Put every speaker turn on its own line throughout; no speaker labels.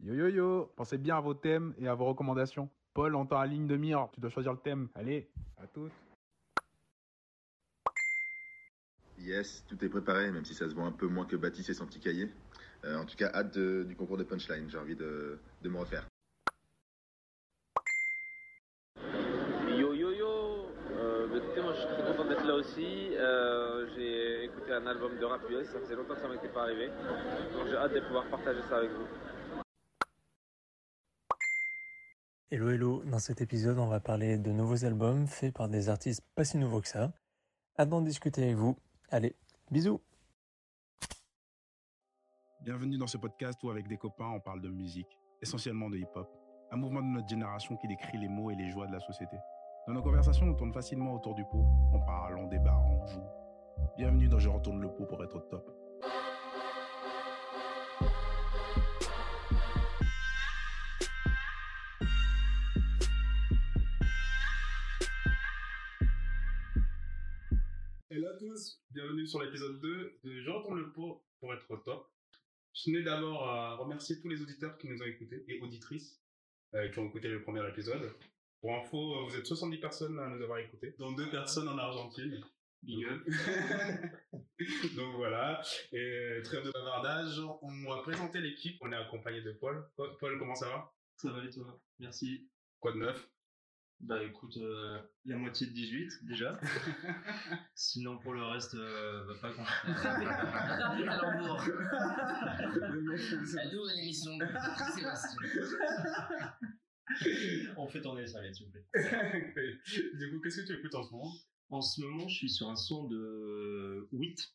Yo yo yo, pensez bien à vos thèmes et à vos recommandations. Paul, en à ligne de mire, tu dois choisir le thème. Allez, à tous.
Yes, tout est préparé, même si ça se voit un peu moins que Baptiste et son petit cahier. Euh, en tout cas, hâte de- du concours de punchline, j'ai envie de, de me refaire.
Yo yo yo euh, bah, écoutez, moi je suis très content d'être là aussi. Euh, j'ai écouté un album de rap US, ça faisait longtemps que ça m'était pas arrivé. Donc j'ai hâte de pouvoir partager ça avec vous.
Hello Hello, dans cet épisode on va parler de nouveaux albums faits par des artistes pas si nouveaux que ça. Hâte d'en discuter avec vous. Allez, bisous
Bienvenue dans ce podcast où, avec des copains, on parle de musique, essentiellement de hip-hop, un mouvement de notre génération qui décrit les mots et les joies de la société. Dans nos conversations, on tourne facilement autour du pot. On parle, on débat, on joue. Bienvenue dans Je retourne le pot pour être au top.
Hello à tous, bienvenue sur l'épisode 2 de J'entends le pot pour être au top. Je tenais d'abord à remercier tous les auditeurs qui nous ont écoutés et auditrices euh, qui ont écouté le premier épisode. Pour info, euh, vous êtes 70 personnes à nous avoir écoutés, dont deux personnes en Argentine. Big up. Donc voilà, et trêve de bavardage, on va présenter l'équipe, on est accompagné de Paul. Paul, Paul, comment ça va
Ça va et toi Merci.
Quoi de neuf
Bah écoute, euh, la moitié de 18 déjà. Sinon pour le reste, euh, bah, pas grand
Raphaël Alembourg.
Le
La nouvelle émission de Sébastien.
On fait tourner les serviettes s'il vous plaît.
mec. du coup, qu'est-ce que tu écoutes en ce moment
En ce moment, je suis sur un son de Wit,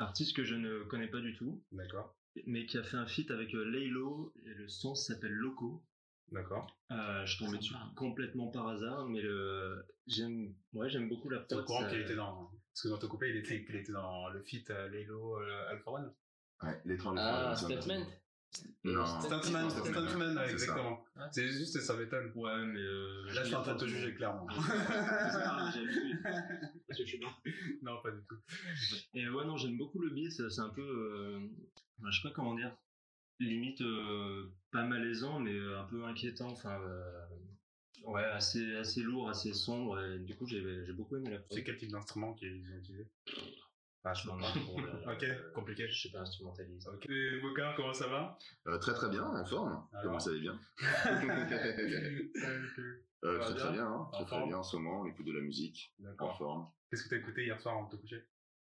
artiste que je ne connais pas du tout,
D'accord,
mais qui a fait un feat avec euh, Laylo et le son s'appelle Loco.
d'accord.
Euh, je tombais dessus complètement par hasard, mais le... j'aime ouais, j'aime beaucoup la
T'es au
prod.
courant
ça-
qu'il était dans. Parce que dans ton coupé, il était, il était dans le feat euh, Lilo euh, Alpha One.
Ouais, les trois
Ah, Statman.
Non. Stuntman,
Stuntman, Stuntman, ouais,
c'est ça.
exactement. C'est juste, ça m'étonne.
Ouais, mais. euh,
Là, je suis en train de te juger clairement.
Ah, j'ai l'habitude. Parce que je suis blanc.
non, pas du tout.
Et ouais, non, j'aime beaucoup le beat, c'est c'est un peu, euh, ben, je sais pas comment dire, limite euh, pas malaisant, mais euh, un peu inquiétant, enfin, euh, ouais, assez, assez lourd, assez sombre, et du coup, j'ai j'ai beaucoup aimé la prod.
C'est quel type d'instrument qu'ils ont utilisé
Enfin, je m'en marre pour le-
Ok, compliqué.
Je sais pas, instrumentaliste.
Ok. Et Boca, comment ça va
Euh, très très bien, en forme.
Alors.
Comment ça va bien
Ok.
Euh,
Ça va
Très très
bien
bien, hein.
En
très très
forme
bien en ce moment. On écoute de la musique, en
D'accord.
forme.
Qu'est-ce que t'as écouté hier soir avant de te coucher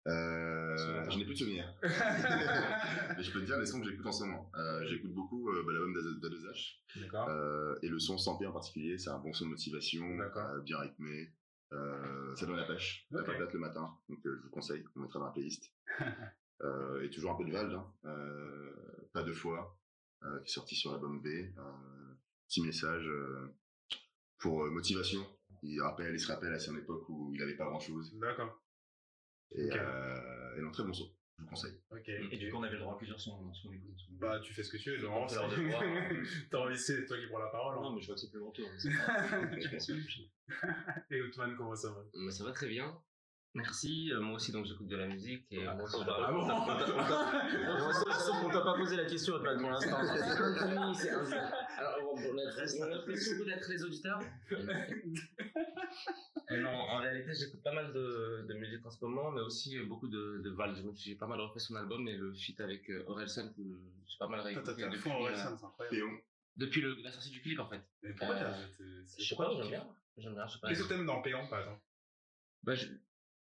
Euh, je n'ai plus de souvenirs. Mais je peux te dire les sons que j'écoute en ce moment. Euh, j'écoute beaucoup euh, bah, l'album d'A- d'A2H.
D'accord.
Euh, et le son sans en particulier, c'est un bon son de motivation,
D'accord.
euh, bien rythmé. Euh, ça donne la pêche,
Ok.
la patate le matin. Donc euh, je vous conseille, on mettra dans la playlist. Euh, et toujours un peu de Vald, hein. Euh, pas deux fois, euh, qui est sorti sur l'album B. Euh, petit message euh, pour euh, motivation. Il rappelle, il se rappelle à son époque où il n'avait pas grand chose.
D'accord.
Et,
Ok.
euh, et donc très bon son, je vous conseille.
Ok.
Et du coup, on avait le droit à plusieurs sons, hein, donc on écoute.
Bah, tu fais ce que tu veux,
C'est
normalement.
pas leur devoir.
c'est- T'as envie, c'est toi qui prends la parole.
non,
hein.
mais je vois que c'est plus mon tour. mais c'est pas- je pense que je-
Et Outman, comment ça va
Mais ça va très bien. Merci, Euh, moi aussi donc j'écoute de la musique et moi aussi,
Ah bon
On t'a pas posé la question pour l'instant.
C'est infini, c'est infini. Alors on on a on a fait surtout d'être les auditeurs.
Ah
Euh, non, en réalité j'écoute pas mal de, de musique en ce moment, mais aussi euh, beaucoup de, de Val. Je me suis j'ai pas mal refait son album et le feat avec euh, Orelsan que j'ai pas mal
Toi, Ah, t'as
réécouté
fait un
depuis,
fond en
euh,
Orelsan, c'est incroyable.
Et on-
depuis le- la sortie du clip en fait.
Mais pourquoi
Euh,
t'as t'es- c'est-
Je sais pas, j'aime bien. J'aime bien, je sais pas.
Qu'est-ce que t'aimes dans Péon, par exemple
Bah, je,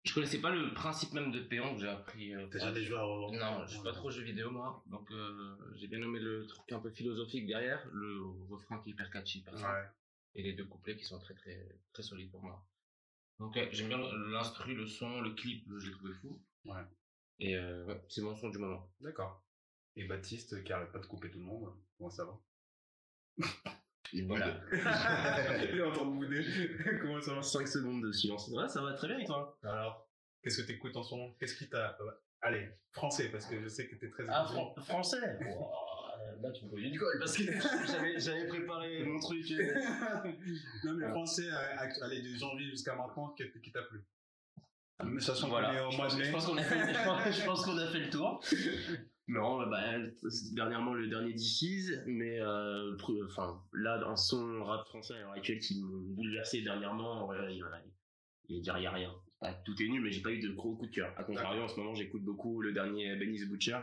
je connaissais pas le principe même de Péon que j'ai appris. euh,
T'as
pour-
jamais joué à Roland
Non, je suis pas trop jeu vidéo moi, donc euh, j'ai bien nommé le truc un peu philosophique derrière, le refrain qui est hyper catchy par exemple,
Ah Ouais.
et les deux couplets qui sont très très très solides pour moi. Donc ouais, j'aime bien l'instru, le son, le clip, je l'ai trouvé fou.
Ouais.
Et euh, ouais, c'est mon son du moment.
D'accord. Et Baptiste, qui arrête pas de couper tout le monde, comment ça va
il
Voilà.
boude.
Il est en train de bouder. comment ça va
5 secondes de silence. Ouais, ça va très bien et toi
Alors, qu'est-ce que t'écoutes en ce moment Qu'est-ce qui t'a... euh, Allez, français, parce que je sais que t'es très...
Ah,
écouté.
fran- français Wow, Euh, Là, tu me poses une colle parce que j'avais- j'avais préparé mon truc. euh,
non, mais français, euh, act- allez, de janvier jusqu'à maintenant, qu'est-ce qui t'a plu Mais sachant
Voilà.
qu'on est au mois de
Je
mai...
pense qu'on a, fait- je pense- je pense qu'on a fait le tour.
Non, bah, c'est dernièrement le dernier DC's, mais euh, pr- enfin là un son rap français à l'heure actuelle qui m'ont bouleversé dernièrement, ouais, il y en a- il y a- il y a- il y a rien. Bah, tout est nu, mais j'ai pas eu de gros coup de cœur. À contrario, en ce moment, j'écoute beaucoup le dernier Benny the Butcher,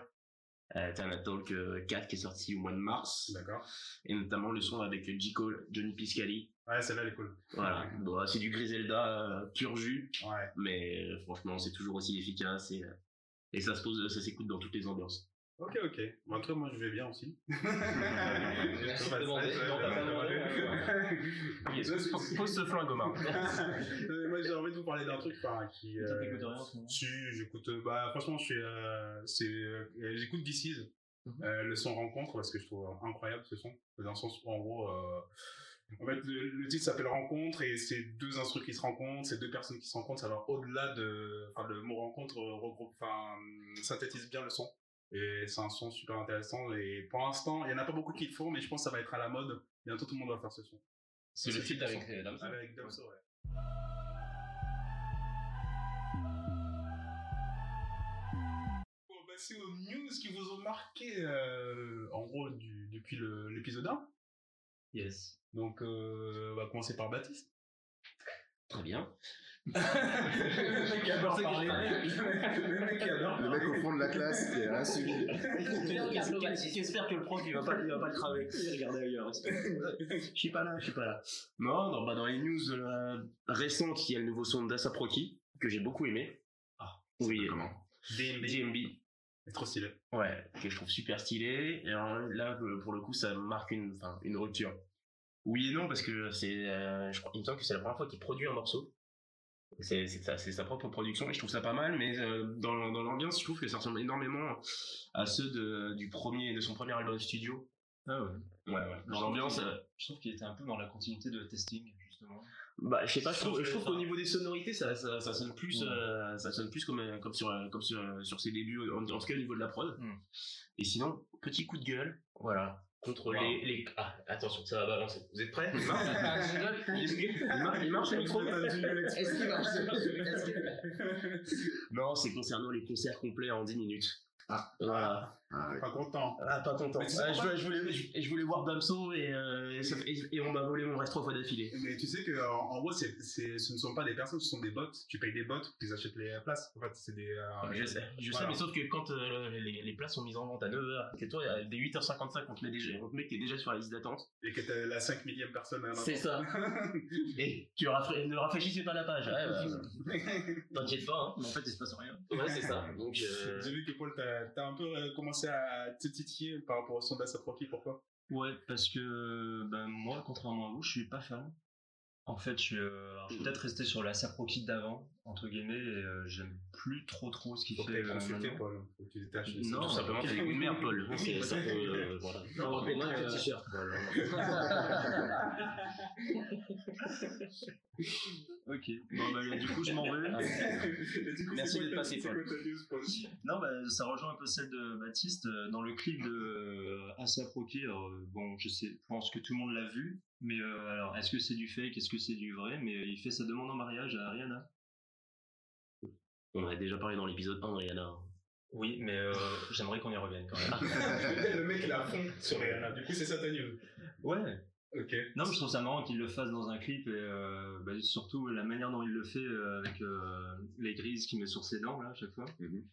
euh, Tana Talk euh, 4 qui est sorti au mois de mars,
D'accord.
et notamment le son avec J. Cole, Johnny Piscali.
Ouais, celle-là, elle est cool.
Voilà, Bon, c'est du Griselda euh, pur jus
Ouais.
mais euh, franchement c'est toujours aussi efficace et, euh, et ça se pose ça s'écoute dans toutes les ambiances
Ok, ok. Bon, après, moi, je vais bien aussi.
Merci de demander. Non, pas ça,
Ouais,
Yes.
c'est-
Pose- pose ce flingue Omar
Euh, Moi, j'ai envie de vous parler d'un truc enfin, qui. euh,
T'écoutes rien en ce moment
Si, j'écoute. euh, Bah, franchement, je suis. euh, c'est, euh, j'écoute This Is,
Mhm.
euh, le son Rencontre, parce que je trouve incroyable ce son. Dans le sens où, en gros, euh, en fait, le, le titre s'appelle Rencontre et c'est deux instruments qui se rencontrent, c'est deux personnes qui se rencontrent. Ça va au-delà de. Enfin, le mot rencontre euh, regroupe. Enfin, euh, synthétise bien le son. Et c'est un son super intéressant. Et pour l'instant, il y en a pas beaucoup qui le font, mais je pense que ça va être à la mode. Bientôt, tout le monde va faire ce son.
c'est le
C'est
feat
son.
avec euh, Damso.
Avec Damso, Ah ouais. On va passer bah, aux news qui vous ont marqué, euh, en gros, du- depuis le- l'épisode 1.
yes
Donc, euh, on va commencer par Baptiste.
très bien
le mec adore parler. Le mec adore
Le mec au fond de la classe qui est rien suivi.
j'espère que le prof il va pas il va pas le cramer regardez ailleurs je suis pas là je suis pas là non, non bah dans les news euh, récentes il y a le nouveau son d'Assa Proki que j'ai beaucoup aimé ah oui
Comment
DMB
C'est trop stylé.
Ouais, Euh, que je trouve super stylé. Et en- là, euh, pour le coup, ça marque une, enfin, une rupture. Oui et non, parce que c'est, euh, je crois- il me semble que c'est la première fois qu'il produit un morceau. C'est c'est sa, c'est sa propre production et je trouve ça pas mal, mais euh, dans, dans l'ambiance, je trouve que ça ressemble énormément à ceux de, du premier, de son premier album studio.
Ah ouais.
Ouais, ouais. Dans l'ambiance, euh,
Je trouve qu'il était un peu dans la continuité de testing, justement.
bah, je sais pas, je trouve, je trouve
Enfin,
qu'au niveau des sonorités, ça, ça, ça sonne plus,
Ouais.
euh, ça sonne plus comme, euh, comme sur, euh, comme sur, euh, sur ses débuts, en, en tout cas au niveau de la prod.
Mm.
Et sinon, petit coup de gueule, Hmm. voilà, contre
Wow.
les, les- Ah, attention, ça va balancer. Vous êtes prêts Il marche Il marche- il marche le micro Est-ce qu'il marche Est-ce qu'il- Non, c'est concernant les concerts complets en 10 minutes. Ah, voilà.
Ah, ouais.
Pas content.
Ah, pas content.
Mais tu sais
Ah, je,
pourquoi
veux- je voulais, je, je voulais voir Damso et, euh, et ça- et- et on m'a volé mon reste trois fois d'affilée.
Mais tu sais que en, en gros, c'est c'est- ce ne sont pas des personnes, ce sont des bots. Tu payes des bots, tu les achètes les places. En fait, c'est des. euh,
Ah,
Je sais, je sais,
voilà.
mais sauf que quand euh, les, les places sont mises en vente à 9h, que toi, dès 8h55, on te met déjà, on te met que t'es déjà sur la liste d'attente.
Et que t'as la 5 millième personne à la
C'est ça. Et tu rafra- ne rafraîchissez pas la page. Ouais, bah, T'inquiète pas,
Mais en fait, il se passe rien.
hein. Ouais, c'est ça. Donc, euh,
J'ai vu que Paul, t'as t'as un peu euh, commencé à te titiller par rapport au sondage à profit, pourquoi
Ouais, parce que ben, moi, contrairement à vous, je suis pas fan. En fait, je suis, euh, alors, je
Mm.
suis peut-être resté sur la saproquite d'avant, entre guillemets, et euh, j'aime plus trop trop ce qu'il
Faut
fait.
que t'aies
euh,
consulté,
maintenant.
Paul. Faut que tu détaches. les
Non,
tout
sondages.
simplement, t'as des goûts de merde, Paul.
Oui,
C'est- ça
bah,
peut, euh, voilà.
Non,
Non,
mais
moi,
moi,
euh,
le t-shirt. ok. Bon,
bah,
ben, du coup, je m'en vais.
Et du coup,
Merci
c'est quoi
d'être
ta-
passé,
c'est
Paul.
quoi ta news, Paul
Non, bah, ça rejoint un peu celle de Baptiste euh, dans le clip de euh, Asap Rocky. Alors, euh, bon, je sais, je pense que tout le monde l'a vu, mais euh, alors, est-ce que c'est du fake, est-ce que c'est du vrai Mais euh, il fait sa demande en mariage à Rihanna.
On en a déjà parlé dans l'épisode 1, Rihanna.
Oui, mais euh, j'aimerais qu'on y revienne quand même.
Le mec, il a fond sur Rihanna. Du coup, c'est ça ta news.
ouais.
Ok.
Non, mais je trouve ça marrant qu'il le fasse dans un clip et euh, bah, surtout la manière dont il le fait euh, avec euh, les grises qu'il met sur ses dents là à chaque fois.
Mm-hmm.
Mhm.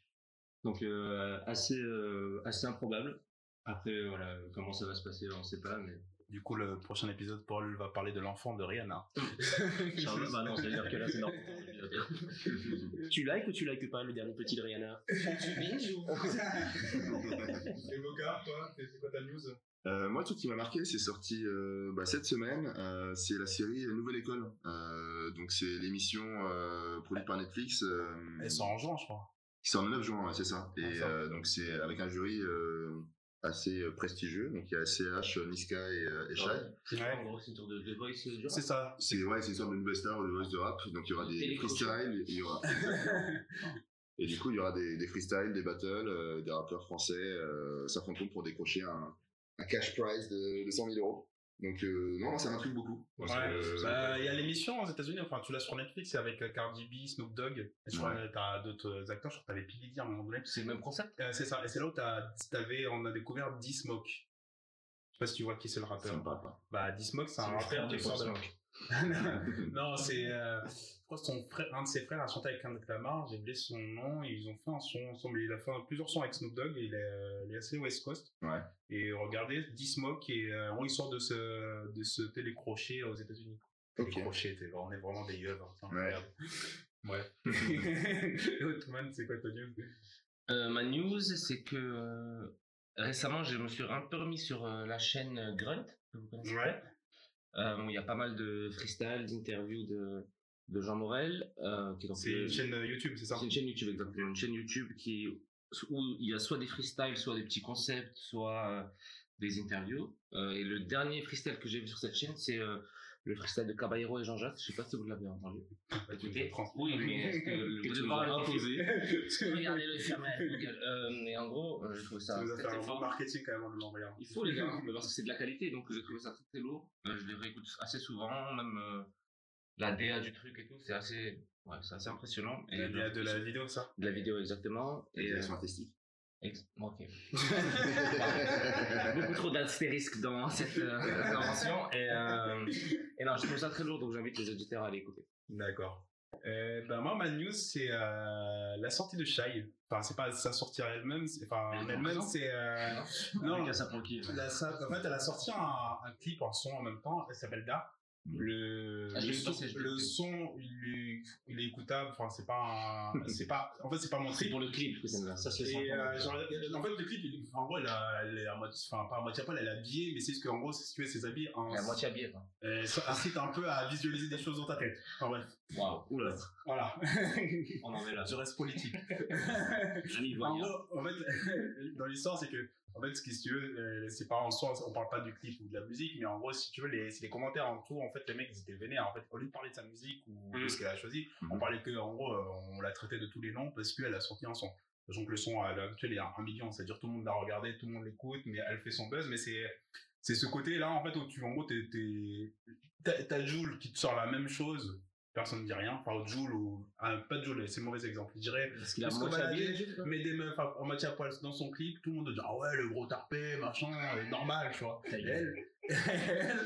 Donc euh, assez euh, assez improbable. Après euh, voilà comment ça va se passer on sait pas mais
Du coup, le prochain épisode, Paul va parler de l'enfant de Rihanna.
Charles- bah non c'est à dire que là c'est normal.
Tu likes ou tu likes pas le dernier petit de Rihanna
Et Bogart, toi, c'est quoi ta news
Euh, moi, le truc qui m'a marqué, c'est sorti euh, bah, cette semaine. euh, c'est la série Nouvelle École. Euh, donc, c'est l'émission euh, produite par Netflix. euh,
Elles sont en juin, je crois.
qui sort le 9 juin, ouais, c'est ça. Et
Enfin.
euh, donc, c'est avec un jury euh, assez euh, prestigieux. Donc, il y a CH, Niska et, euh, et Shai.
C'est
Ouais.
en gros, c'est le tour de The Voice. euh, genre.
C'est ça.
C'est ouais, c'est une sorte de nouvelle star de voice de rap. Donc il y aura
Et
des
les
freestyles, il y aura. Et du coup, il y aura des, des freestyles, des battles, euh, des rappeurs français euh, s'affronteront pour décrocher un, un cash prize de, de 100 000 euros. Donc, euh, non, non, ça m'intrigue beaucoup.
Ouais,
Euh,
bah, il y a l'émission aux États-Unis, enfin, tu l'as sur Netflix, c'est avec euh, Cardi B, Snoop Dogg, et je crois
Ouais.
que t'as d'autres euh, acteurs, je crois que t'avais P. Diddy à un moment donné.
C'est le même concept
Euh, c'est ça, et c'est là où t'as- t'avais, on a découvert D-Smoke. Je sais pas si tu vois qui c'est le
ça
rappeur.
me parle pas.
Bah, D-Smoke, c'est
C'est
un
le
rappeur
frère
de
de
Snoop
Fort
Dogg. Non, c'est. euh, je crois que son frère, un de ses frères a chanté avec un de Lamar, j'ai oublié son nom, et ils ont fait un son ensemble. Il a fait un- plusieurs sons avec Snoop Dogg, et il est, euh, il est assez West Coast.
Ouais.
Et regardez, D-Smoke, et euh, on, il sort de ce, de ce télécrochet aux États-Unis.
Ok.
Télécrochet, t'es- on est vraiment des yeux. Hein,
Ouais.
Ouais. Et Otman, c'est quoi ta news
Euh, ma news, c'est que euh, récemment, je me suis un peu remis sur euh, la chaîne euh, Grunt, que vous connaissez.
Ouais.
Euh, où il y a pas mal de freestyle, d'interviews de, de Jean Morel. euh, qui est donc
C'est
le-
une chaîne euh, YouTube, c'est ça
c'est une chaîne YouTube, exactement. Une chaîne YouTube qui, où il y a soit des freestyles, soit des petits concepts, soit euh, des interviews. Euh, et le dernier freestyle que j'ai vu sur cette chaîne, c'est euh, le freestyle de Caballero et Jean-Jacques. Je sais pas si vous l'avez entendu.
Bah, tu
Écoutez,
me prends.
oui, mais est-ce que le-
tu
vous
nous
devez
as
le-
imposé.
Regardez-le, fermez la gueule. Euh, Mais en gros, euh, je trouve ça
Ça nous a
très,
fait
très
un
fort.
bon marketing quand même avant de l'envoyer.
Il faut les gars, mais parce que c'est de la qualité, donc j'ai trouvé ça très, très lourd. Euh, je les réécoute assez souvent, même euh, la DA du truc et tout, c'est assez, ouais, c'est assez impressionnant. Et
Il y a
le-
de la vidéo, ça.
de la vidéo exactement.
Et
Et, euh,
direction artistique.
ex- ok. Beaucoup trop d'astérisques dans cette euh, intervention. Et, euh, et non, je trouve ça très lourd, donc j'invite les auditeurs à l'écouter.
D'accord. Euh, ben moi, ma news, c'est euh, la sortie de Shai. Enfin, c'est pas sa sortie en elle-même, c'est- enfin, en
Elle est
elle-même,
en
c'est. euh,
Non,
Non,
les gars, ça prend qui
la, sa- en fait, elle a sorti un, un clip en son en même temps, elle s'appelle Da. Le,
Ah, je
le,
l'ai pas,
son,
c'est- je l'ai
le
pas.
son, il est, il est écoutable, enfin, c'est pas un- c'est pas, en fait, c'est pas mon
C'est
trip.
pour le clip que ça me- ça se fait
Et, euh,
sans
genre, en fait, le clip, il- en gros, elle, a- elle est à moitié, enfin, pas à moitié à poil, elle est habillée, mais c'est ce que, en gros, si tu veux, ses habits, en,
La moitié habillée, quoi.
euh, ça incite un peu à visualiser des choses dans ta tête. Enfin, bref.
Waouh. Oula.
Voilà.
On en est là.
Je reste politique.
Ami
en
ivoirien.
gros, en fait, dans l'histoire, c'est que, en fait, ce qui, si tu veux, euh, c'est pas en soi, on parle pas du clip ou de la musique, mais en gros, si tu veux, les, c'est les commentaires en tout, en fait, les mecs, ils étaient vénères. En fait, au lieu de parler de sa musique ou de
Mm.
ce qu'elle a choisi, on
Mhm.
parlait que, en gros, euh, on la traitait de tous les noms parce qu'elle a sorti un son. Sachant que le son, à l'heure actuelle, est à un million, c'est-à-dire tout le monde l'a regardé, tout le monde l'écoute, mais elle fait son buzz, mais c'est, c'est ce côté-là, en fait, où tu, en gros, t'es, t'es, t'as, t'as Joule qui te sort la même chose, personne ne dit rien. Enfin, Joule ou, ah, pas Joule, c'est mauvais exemple. Je dirais,
Parce qu'il a
Parce qu'on
moitié
va la
habillée.
dire, mais des meufs à- en matière poil dans son clip, tout le monde dit ah ouais le gros tarpé, machin, euh, normal, tu vois.
Ta
Et
gueule.
Elle, elle-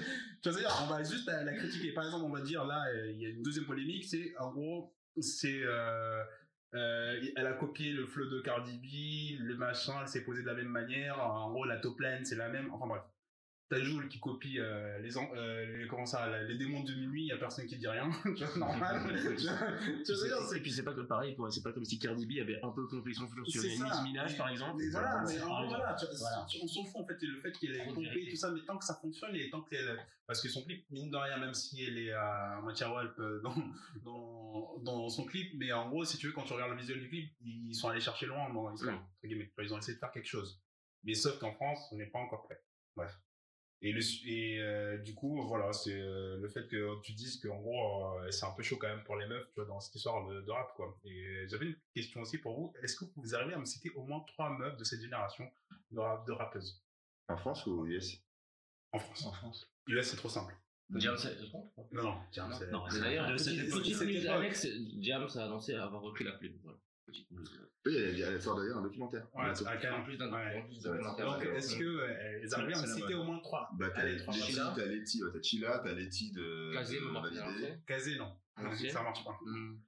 tu vois, c'est-à-dire, on va juste la, la critiquer. Par exemple, on va dire là, euh, il y a une deuxième polémique, c'est en gros, c'est euh, euh, elle a copié le flow de Cardi B, le machin, elle s'est posée de la même manière. En gros, la toplane, c'est la même. Enfin bref. T'as Joule qui copie euh, les, en- euh, les, comment ça, la- les démons de minuit, y a personne qui dit rien. tu vois, normal. Tu vois, tu vois,
Tu sais,
c'est-à-dire, c'est-
et puis c'est pas comme pareil, quoi. c'est pas comme si Cardi B avait un peu compris son flow sur
C'est
Nicki
ça.
Minaj par exemple.
Mais voilà, mais
C'est
en-
pareil.
voilà, tu-
Voilà.
tu- on s'en fout en fait, et le fait qu'elle ait
Trop
pompé
direct.
tout ça, mais tant que ça fonctionne et tant qu'elle. Parce que son clip, mine de rien, même si elle est à moitié Walp euh, dans, dans, dans son clip, mais en gros, si tu veux, quand tu regardes le visuel du clip, ils sont allés chercher loin dans l'histoire,
Mm.
entre guillemets. Tu vois, Ils ont essayé de faire quelque chose. Mais sauf qu'en France, on n'est pas encore prêt. Bref. Et, le, su- et euh, du coup, voilà, c'est euh, le fait que tu dises qu'en gros, euh, c'est un peu chaud quand même pour les meufs, tu vois, dans cette histoire de, de rap, quoi. Et euh, j'avais une question aussi pour vous. Est-ce que vous arrivez à me citer au moins trois meufs de cette génération de, rap- de rappeuses
En France ou aux US
en France
En France.
US, c'est trop simple.
James, je comprends.
Non, non, tiens,
Non,
c'est-
non. Mais D'ailleurs,
C'est-
petite-
c'est-
petite
c'est-
news,
c'est-
Alex, James a annoncé avoir repris la plume. Voilà. Petite news.
Oui, elle elle a fait d'ailleurs un documentaire.
Ouais,
Bientôt.
c'est à
En
Cannes.
plus d'un
Ouais.
en plus d'un commentaire.
Donc, est-ce que euh, elles arrivent à me
C'est la
citer au moins trois
Bah, t'as
Allez, trois
Letty,
Chila.
t'as Letty, ouais, t'as Chila, t'as Letty de.
Kazim,
de
on va
Validé.
regarder.
Casé, non.
Ok.
Ça marche pas.
Hmm.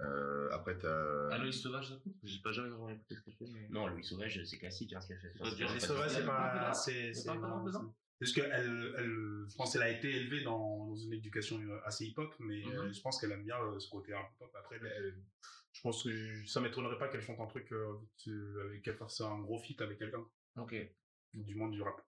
Euh, après, t'as.
Aloïs Ah, Sauvage, ça compte J'ai pas jamais vraiment écouté ce qu'elle fait. mais- Non, Louis Sauvage, c'est classique, hein, ce qu'elle fait. Enfin,
Les
pas
sauvages, c'est
difficile.
pas. C'est
C'est
c'est-
pas vraiment
c'est-
présent.
Parce que elle, elle, je pense qu'elle a été élevée dans, dans une éducation euh, assez hip-hop, mais
Mhm.
euh, je pense qu'elle aime bien euh, ce côté un peu pop. Après, elle- elle- je pense que je- ça m'étonnerait pas qu'elle chante un truc, euh, euh, avec- qu'elle fasse un gros feat avec quelqu'un
Ok.
du monde du rap.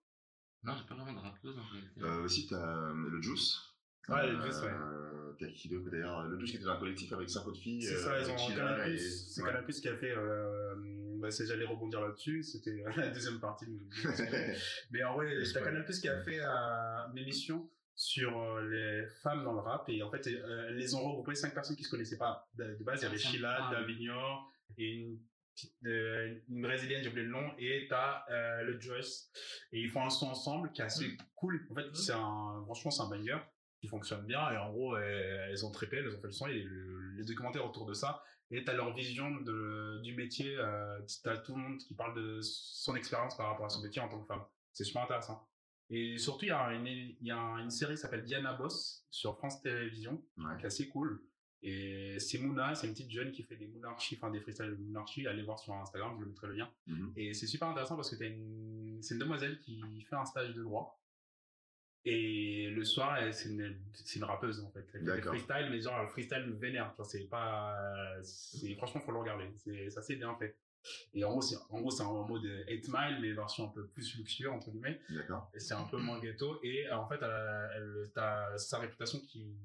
Non, j'ai pas vraiment de rappeuse en réalité.
Euh, aussi, t'as euh, le Juice.
Ouais, le Juice, ouais.
Euh, T'as qui d'autre D'ailleurs, le Juice qui était dans un collectif avec cinq autres filles.
C'est ça,
euh,
ils ont
Chila
Canal+,
et-
C'est
ouais.
Canal+, qui a fait. euh, bah, c'est- J'allais rebondir là-dessus, c'était euh, la deuxième partie. de- Mais en vrai, c'est
Espagne.
Canal Plus qui a fait euh, une émission sur euh, les femmes dans le rap et en fait, euh, elles les ont regroupées cinq personnes qui se connaissaient pas de, de base. Il y avait
Ah,
Sheila,
ah.
Davignon et une petite, euh, une brésilienne, j'ai oublié le nom, et t'as euh, le Joyce. Et ils font un son ensemble qui est assez cool. En fait, c'est un, franchement, c'est un banger qui fonctionne bien. Et en gros, elles, elles ont trippé, elles ont fait le son, et le- les documentaires autour de ça. Et t'as leur vision de, du métier. Euh, t'as tout le monde qui parle de son expérience par rapport à son métier en tant que femme. C'est super intéressant. Et surtout, il y a une, il y a une série qui s'appelle Diana Boss sur France Télévisions
Ouais.
qui est assez cool. Et c'est Mouna, c'est une petite jeune qui fait des moonarchies, enfin des freestyles de moonarchie. Allez voir sur Instagram, je vous mettrai le lien.
Mhm.
Et c'est super intéressant parce que t'as une... c'est une demoiselle qui fait un stage de droit. Et le soir, elle- c'est une, c'est une rappeuse en fait. Elle fait des
D'accord.
freestyles, mais genre un freestyle vénère. Enfin, c'est pas. c'est- Franchement, faut le regarder. C'est c'est assez bien fait. Et en gros, c'est en gros, c'est en mode 8 Mile, mais version un peu plus luxueux, entre guillemets.
D'accord.
Et c'est un peu moins ghetto et euh, en fait elle, a- elle- t'as sa réputation qui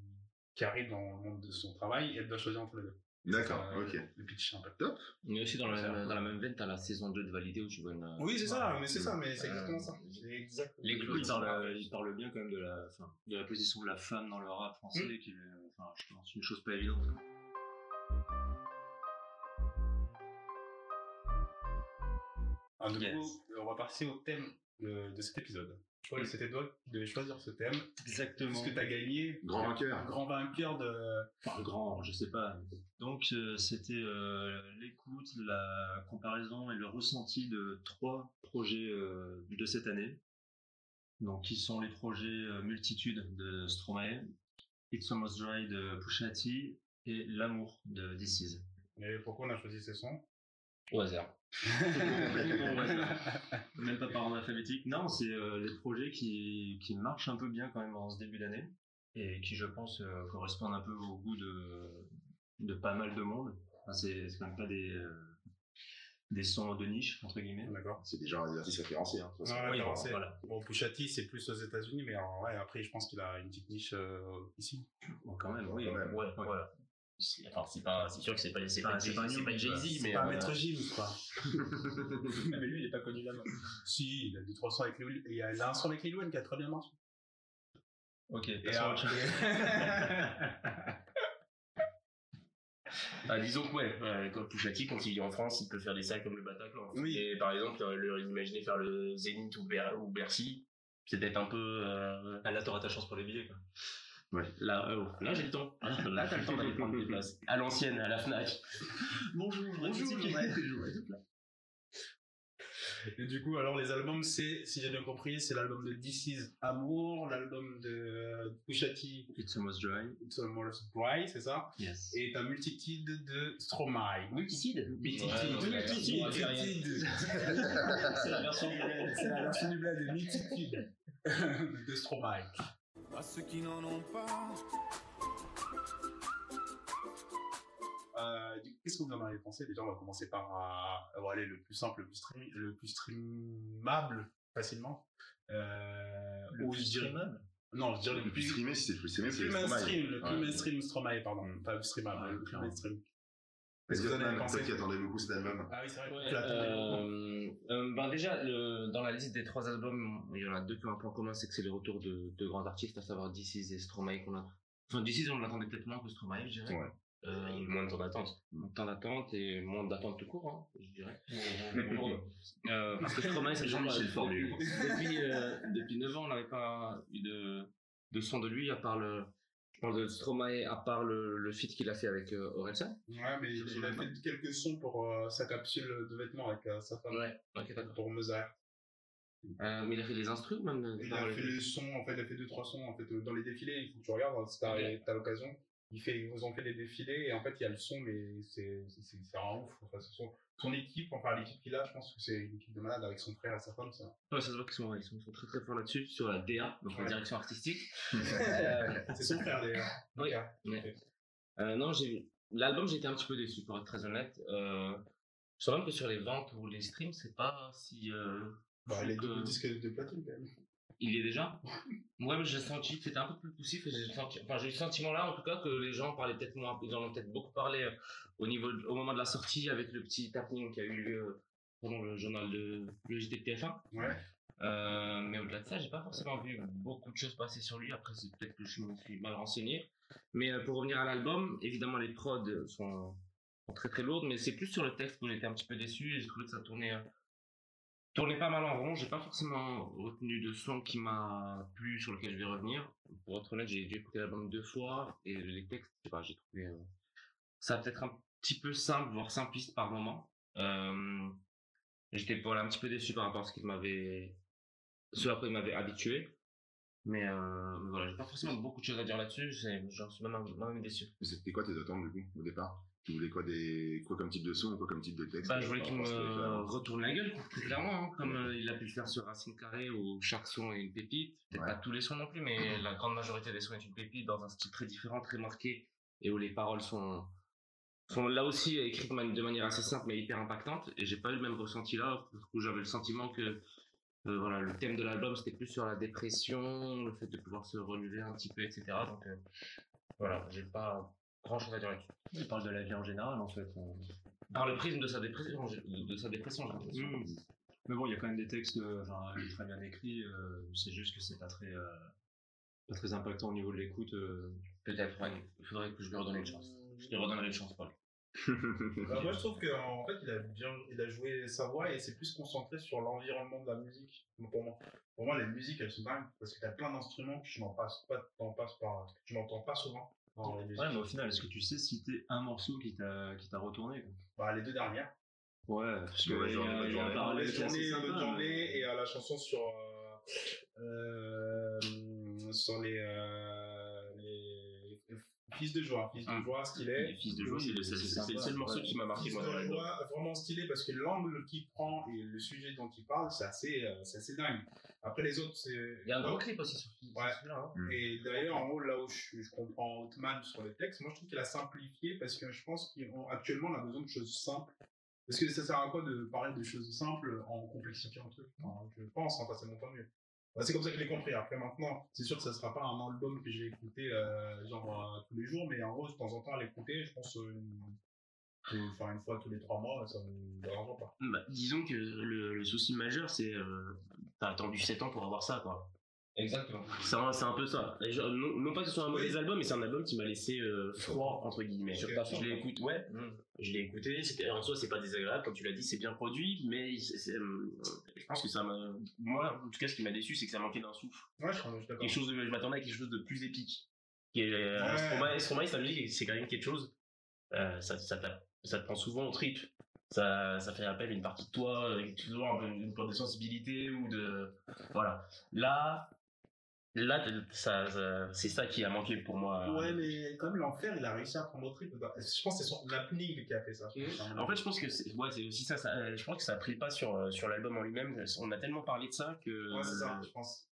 qui arrive dans le monde de son travail et elle doit choisir entre les deux
D'accord,
Euh,
ok.
le pitch un peu
Mais aussi dans la, dans la même veine, t'as la saison 2 de Validé où tu vois une. Euh,
oui c'est ça mais c'est
ça,
ça mais
c'est
c'est
exactement
exactement
ça.
ça
Les
Il
clowns.
parle, euh, il parle bien quand même de la, enfin, de la position de la femme dans le rap français,
Hmm.
qui est, enfin, je pense, une chose pas évidente.
Ah, du
Yes.
coup on va passer au thème euh, de cet épisode je crois que c'était toi qui devais choisir ce thème
Exactement.
puisque t'as gagné
Grand vainqueur.
grand vainqueur de
Enfin, grand, je sais pas. Donc, euh, c'était euh, l'écoute, la comparaison et le ressenti de trois projets euh, de cette année. Donc, qui sont les projets euh, Multitude de Stromae, It's Almost Dry de Pusha T et L'amour de This Is.
mais pourquoi on a choisi ces sons
Au hasard.
Complètement au hasard. Même pas par ordre alphabétique. Non, c'est euh, les projets qui, qui marchent un peu bien quand même en ce début d'année et qui, je pense, euh, correspondent un peu au goût de, de pas mal de monde. Enfin, c'est c'est quand même pas des, euh, des sons de niche, entre guillemets.
d'accord
C'est déjà un exercice référencé. Hein, de toute façon.
Ouais,
Oui,
alors,
bon,
c'est-
voilà.
bon Pushati c'est plus aux États-Unis mais alors, ouais, après je pense qu'il a une petite niche euh, ici
Bon, Oh, quand même, oui.
Quand même.
ouais, voilà.
C'est- Enfin, c'est pas, c'est sûr que c'est pas, Bah, c'est
Enfin,
pas,
c'est
Jay-
pas
c'est
New,
pas
quoi.
Jay-Z, mais.
pas
euh,
Maître Jim quoi
mais lui, il est pas connu là-bas.
Si, il a du 300 avec Lil Wayne. Et Il y a il a un son avec Lil Wayne qui a très bien marché.
Ok,
Et
passons à autre
après-
chose.
Ah, disons que ouais, ouais quand Pouchati, quand il est en France, il peut faire des salles comme le Bataclan.
Oui.
Et par exemple, euh, le, imaginer faire le Zénith ou, Ber- ou Bercy, c'est peut-être un peu. euh,
Ah, là, t'auras ta chance pour les billets, quoi.
là, euh, là j'ai le temps. Là, t'as le temps d'aller prendre des places. À l'ancienne, à la Fnac.
Bonjour,
Bonjour, j'aurais- j'aurais deux places.
Et du coup, alors les albums, c'est, si j'ai bien compris, c'est l'album de This Is Amour, l'album de Pushati
It's almost dry.
It's Almost Dry, c'est ça
Yes.
Et t'as Multitude de Stromae.
Multicide.
Multitude.
Ouais, ouais,
Multitude.
ouais, ouais, ouais.
Multitude.
c'est la version du
C'est la version du bled de Multitude de Stromae.
À ceux qui n'en ont pas,
Euh, du coup, Qu'est-ce que vous en avez pensé Déjà, on va commencer par euh, bon, allez, le plus simple, le plus, stream- le plus streamable facilement. Euh, ou je dirais- Non, je dirais
Le plus streamé, si c'est le plus streamé,
Le
c'est
plus
Stromae.
mainstream, le plus
Ouais.
mainstream Stromae, pardon, pas le streamable,
Ouais,
le plus
clairement.
mainstream.
Est-ce que
Vous en
vous
avez pensé
qui attendait beaucoup cet album
Ah oui, c'est vrai.
Ouais,
tu l'attendais beaucoup.
euh, euh, ben déjà, le- dans la liste des trois albums, il y en a deux qui ont un point commun, c'est que c'est les retours de, de grands artistes, à savoir This Is et Stromae qu'on a. Enfin, This Is, on l'attendait peut-être moins que Stromae, je dirais.
Ouais.
Euh, et moins de temps d'attente. Moins de temps d'attente et moins d'attente tout court, hein, je dirais. Euh, parce que Stromae, c'est
Jean-Michel
genre-
Formule.
Depuis, euh, depuis 9 ans, on n'avait pas eu de, de son de lui, à part le. Je parle de Stromae, à part le, le feat qu'il a fait avec euh, Orelsan.
Ouais, mais il a fait quelques sons pour euh, sa capsule de vêtements avec euh, sa femme,
Ok, d'accord.
pour Mozart.
Euh, mais il a fait les instrus, même.
Il
dans
a
le-
fait les sons, en fait, il a fait deux, trois sons en fait, euh, dans les défilés. Il faut que tu regardes, hein, si t'as
Ouais.
t'as l'occasion. Il fait, ils vous ont fait les défilés et en fait, il y a le son, mais c'est c'est- c'est un ouf. Enfin, ce son- son équipe, enfin, l'équipe qu'il a, je pense que c'est une équipe de malade avec son frère et sa femme, ça.
Ouais, ça se voit qu'ils sont, ils sont, ils sont très très forts là-dessus, sur la DA, donc la
Ouais.
direction artistique. Euh,
C'est son frère d'ailleurs.
Oui.
Ok.
ouais. Euh, non, j'ai l'album, j'étais un petit peu déçu, pour être très honnête. Euh, je sens même que sur les ventes ou les streams, c'est pas si. euh,
Bah,
fou
les
que-
doubles disques de platine quand même.
Il y est déjà Moi, mais j'ai senti que c'était un peu plus poussif. et J'ai senti... enfin, j'ai eu ce sentiment-là, en tout cas, que les gens parlaient peut-être moins. Ils en ont peut-être beaucoup parlé euh, au, niveau de- au moment de la sortie avec le petit taping qui a eu lieu euh, pendant le journal de le JTTF1.
Ouais.
Euh, mais au-delà de ça, j'ai pas forcément vu beaucoup de choses passer sur lui. Après, c'est peut-être que je me suis mal renseigné. Mais euh, pour revenir à l'album, évidemment, les prods sont très très lourde, mais c'est plus sur le texte où j'étais un petit peu déçu et j'ai trouvé que ça tournait, euh, tournait pas mal en rond. J'ai pas forcément retenu de son qui m'a plu, sur lequel je vais revenir. Pour être honnête, j'ai dû écouter la bande deux fois et les textes, je sais pas, j'ai trouvé euh, ça peut-être un petit peu simple, voire simpliste par moment. Euh, j'étais voilà, un petit peu déçu par rapport à ce qu'il m'avait, ce à quoi il m'avait habitué. Mais euh, mais voilà, j'ai pas forcément beaucoup de choses à dire là-dessus, j'ai- j'en suis même, même déçu.
Mais C'était quoi tes attentes, du coup, au départ Tu voulais quoi, des... quoi comme type de son ou quoi comme type de texte
Bah, je voulais
Par
qu'il me
rapport à ce que tu avais fait
retourne la gueule, plus clairement, hein, comme euh, il a pu le faire sur Racine Carré où chaque son est une pépite. Peut-être
Ouais.
pas tous les sons non plus, mais la grande majorité des sons est une pépite dans un style très différent, très marqué, et où les paroles sont, sont là aussi écrites de man- de manière assez simple mais hyper impactante. Et j'ai pas eu le même ressenti là, où j'avais le sentiment que euh, voilà, le thème de l'album c'était plus sur la dépression, le fait de pouvoir se relever un petit peu, etc. Donc euh, voilà, j'ai pas grand chose à dire là-dessus
Il parle de la vie en général, en fait. euh. on-
par le prisme de sa dépression, j'ai- de, de sa dépression, j'ai l'impression.
Mm. Mais bon, il y a quand même des textes euh, genre, euh, très bien écrits. euh, c'est juste que c'est pas très, euh, pas très impactant au niveau de l'écoute. euh.
Peut-être, ouais. il faudrait que je lui redonne une chance. Je lui redonnerai une chance, Paul.
Bah, moi, je trouve qu'en en fait, il a bien, il a joué sa voix et c'est plus concentré sur l'environnement de la musique. Donc, pour moi, pour moi, les musiques, elles sont dingues parce que t'as plein d'instruments que tu n'en passes pas, t'en passes pas, tu n'entends pas souvent dans les musiques.
Ouais, mais au final, est-ce que tu sais citer un morceau qui t'a, qui t'a retourné quoi
Bah, les deux dernières.
Ouais, parce que
euh,
Mauvaise
il y
journée, bonne
a- il y a un
journée.
parallèle
Mauvaise
qui est assez
journée,
sympa,
bonne
euh,
mais-
hein.
journée et à la chanson sur, euh, euh, sur les, euh, les, fils de joie, fils de
Ah.
joie,
Les
stylé.
fils de joie, c'est le,
Oui, c'est
c'est- c'est- c'est le
sympa.
seul morceau qui m'a marqué,
Fils
moi,
de
dans la
joie, vraiment stylé parce que l'angle qu'il prend et le sujet dont il parle, c'est assez, euh, c'est assez dingue. Après les autres, c'est. Bah,
Il y a un gros clip aussi sur sur
Ouais.
celui-là. hein.
Mm.
Et d'ailleurs, en gros, là où je, je comprends Outman sur le texte, moi je trouve qu'il a simplifié parce que je pense qu'actuellement on a besoin de choses simples. Parce que ça sert à quoi de parler de choses simples en complexifiant le truc Enfin, Je pense, hein, enfin, c'est mon point de vue. Bah, c'est comme ça que je l'ai compris. Après maintenant, c'est sûr que ça sera pas un album que j'ai écouté euh, genre euh, tous les jours, mais en gros, de temps en temps à l'écouter, je pense euh, une, enfin, une fois tous les trois mois, ça me dérangera pas.
Bah, disons que le, le souci majeur, c'est euh, t'as attendu 7 ans pour avoir ça, quoi.
Exactement.
C'est un, c'est un peu ça. Et je- non, non pas que ce soit un mauvais
Oui.
album, mais c'est un album qui m'a laissé euh, froid, entre guillemets.
Sur ta
je l'ai écouté, ouais. Mm. Je l'ai écouté. c'était- En soi, c'est pas désagréable, comme tu l'as dit, c'est bien produit, mais il- c'est- c'est, euh, je pense que ça m'a. Moi, en tout cas, ce qui m'a déçu, c'est que ça manquait d'un souffle.
Ouais, je suis d'accord.
quelque chose de, je m'attendais à quelque chose de plus épique. Qui est,
Ouais.
euh, Stromae, Stromae, sa musique, c'est quand même quelque chose. euh, ça, ça, t'a- ça te prend souvent au trip. Ça, ça fait appel à une partie de toi, euh, toujours un peu une sorte de sensibilité ou de. Voilà. Là, là t'as- ça, ça- c'est ça qui a manqué pour moi. euh,
Ouais, mais quand même, l'enfer, il a réussi à prendre au trip. Je pense que c'est son happening qui a fait ça.
En fait, je pense que c'est ouais, c'est aussi ça. ça, euh, je pense que ça a pris le pas sur, euh, sur l'album en lui-même. On a tellement parlé de ça que.
Ouais, c'est ça, je pense.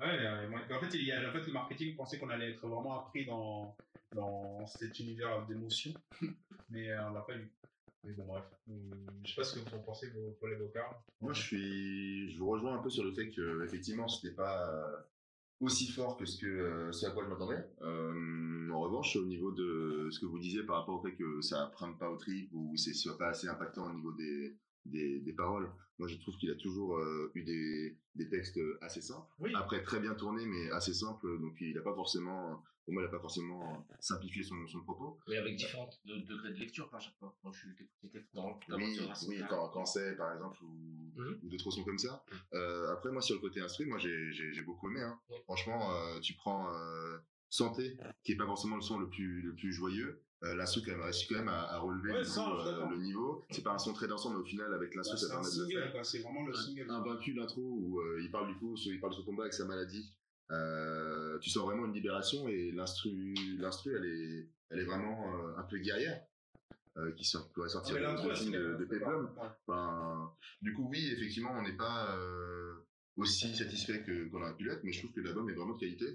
Ouais, euh, moi- en, fait, il y a, en fait, le marketing pensait qu'on allait être vraiment appris dans, dans cet univers d'émotion, mais euh, on l'a pas eu. Mais bon, bref. Hum, Je sais pas ce que vous en pensez, vous, Paul et Bocard.
Moi, je suis, je vous rejoins un peu sur le fait que effectivement, c'était pas euh, aussi fort que ce que euh, ce à quoi je m'attendais. Euh, en revanche, au niveau de ce que vous disiez par rapport au fait que ça prenne pas au trip ou c'est soit pas assez impactant au niveau des des, des paroles, moi, je trouve qu'il a toujours euh, eu des des textes euh, assez simples.
Oui.
Après, très bien tournés, mais assez simples. Donc, il a pas forcément, pour moi, il a pas forcément simplifié son son propos.
Mais avec différents de- degrés de lecture par chaque fois. Quand je suis j'étais dans, dans
Oui,
sur Racine
oui,
Carré.
quand, quand c'est par exemple ou,
Mhm.
ou d'autres sons comme ça. Euh, après moi sur le côté instru, moi j'ai j'ai- j'ai beaucoup aimé. hein. Franchement, euh, tu prends euh, Santé, qui est pas forcément le son le plus le plus joyeux. Euh, l'instru quand même réussi quand même à, à relever
Ouais,
du
ça,
coup,
je suis
euh,
d'accord. Bah,
le niveau. C'est pas un son très dansant, mais au final avec l'instru Bah, ça
c'est un
permet de le Ah, faire
single, quoi, c'est vraiment le single.
un vaincu l'intro où euh, il parle du coup, il parle de son combat avec sa maladie. Euh, tu sens vraiment une libération et l'instru, l'instru, elle est, elle est vraiment euh, un peu guerrière, euh, qui sort, pourrait sortir
Mais
de
l'intro,
l'autre
elle,
film de, de
c'est-
Peplum.
Ouais.
Enfin, du coup, oui, effectivement, on n'est pas euh, aussi satisfait que qu'on aurait pu l'être, mais je trouve que l'album est vraiment de qualité.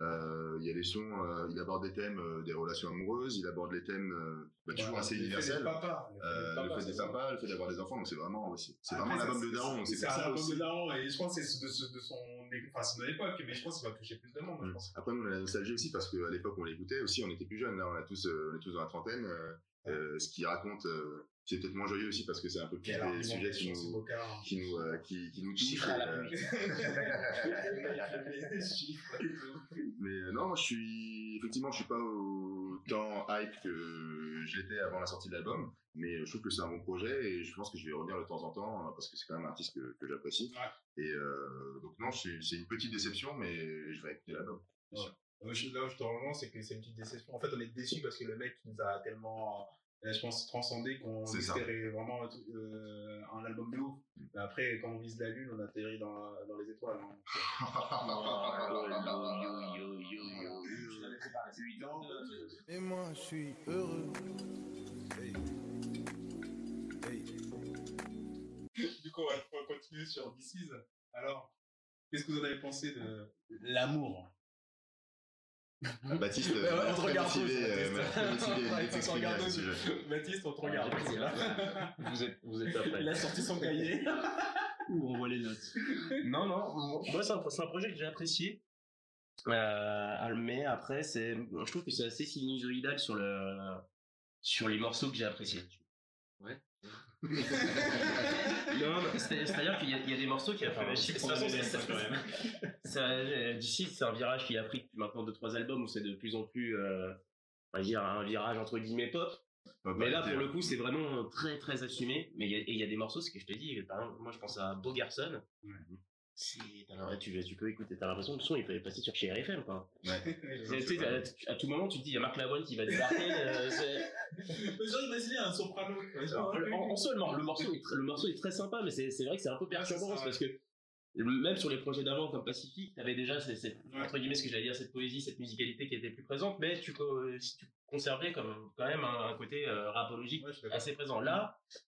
Euh, Il y a les sons, euh, il aborde des thèmes euh, des relations amoureuses, il aborde les thèmes euh, bah, toujours
Ouais,
assez
le fait d'être
universels.
papa, le fait d'être
Euh,
papa,
le fait
c'est
des
ça.
papas, le fait d'avoir des enfants, donc c'est vraiment, c'est c'est
Après,
vraiment
ça,
l'album de Daron.
C'est
C'est
c'est
pour
un
ça
album
aussi.
de Daron, et je pense que c'est de, ce- de son, enfin, c'est de son époque, mais je pense qu'il va toucher plus de monde, je
Mm.
pense.
Après, nous, on a la nostalgie aussi parce qu'à l'époque, on l'écoutait aussi, on était plus jeunes. Là, on, a tous, euh, on est tous dans la trentaine. euh, euh, ce qu'il raconte, euh, c'est peut-être moins joyeux aussi parce que c'est un peu plus
Quel argument,
des sujets qui
c'est
nous,
Bocard, hein.
qui nous, euh, qui, qui nous touchent.
Chiffre à
et,
la
euh,
Le mec, il met des chiffres et tout.
mais euh, non, moi, je suis. Effectivement, je suis pas au autant hype que j'étais avant la sortie de l'album, mais je trouve que c'est un bon projet et je pense que je vais y revenir de temps en temps euh, parce que c'est quand même un artiste que, que j'apprécie. Et euh, donc non, c'est c'est une petite déception, mais je vais écouter l'album.
Moi, je- Là où je te rejoins, c'est que c'est une petite déception. En fait, on est déçus parce que le mec nous a tellement, euh, je pense, transcendé qu'on
C'est ça.
espérait vraiment euh, un album de ouf. Mais après, quand on vise la lune, on atterrit dans, la- dans les étoiles. hein.
Et moi, je suis heureux. Hey. Hey.
Du coup, on va- on va continuer sur This Is. Alors, qu'est-ce que vous en avez pensé de l'amour
Baptiste,
Mmh. Ouais, ouais, On te
très
regarde tous.
motivé, euh, très
Baptiste.
motivé, il
Ouais,
est
on te
exprimé
regarde
à ce
tous.
sujet.
Baptiste, on te
Ah,
regarde.
j'ai pas
voilà.
Vous êtes, vous êtes pas prêts.
Il a sorti son cahier.
Où on voit les notes.
Non, non, moi moi, c'est un, c'est un projet que j'ai apprécié. Euh, mais après, c'est, je trouve que c'est assez sinusoïdal sur le, sur les morceaux que j'ai appréciés. Ouais. non, non, c'est- c'est-à-dire qu'il y, a- il y a des morceaux qui
Enfin,
enfin,
je
je sais
prends
pas,
des
c'est-
notes,
c'est-
quand même.
ça, euh, d'ici, c'est un virage qui a pris depuis maintenant deux trois albums où c'est de plus en plus, euh, on va dire, un virage entre guillemets pop.
Ah
Ouais,
Mais là,
bah,
pour le coup, c'est vraiment euh, très, très assumé. Mais il y a- et il y, a des morceaux, ce que je te dis, par exemple, moi, je pense à Beau Garçon. C'est- t'as l'impression- Ah tu, tu peux écouter, t'as l'impression que le son, il peut passer sur chez RFM, quoi. Tu sais, à, à tout moment, tu te dis, il y a Marc Lavoine qui va débarquer. euh, c'est-
J'aurais imaginé un soprano. Ah
Alors, en, en soi, le, mor- le morceau est tr- le morceau est très sympa, mais c'est c'est vrai que c'est un peu perturbant,
Ouais, c'est ça,
parce que même sur les projets d'avant, comme Pacifique, t'avais déjà, cette- cette-
Ouais.
entre guillemets, ce que j'allais dire, cette poésie, cette musicalité qui était plus présente, mais tu, co- si tu conservais comme, quand même un, un côté euh, rapologique
Ouais, je suis d'accord.
assez présent. Là,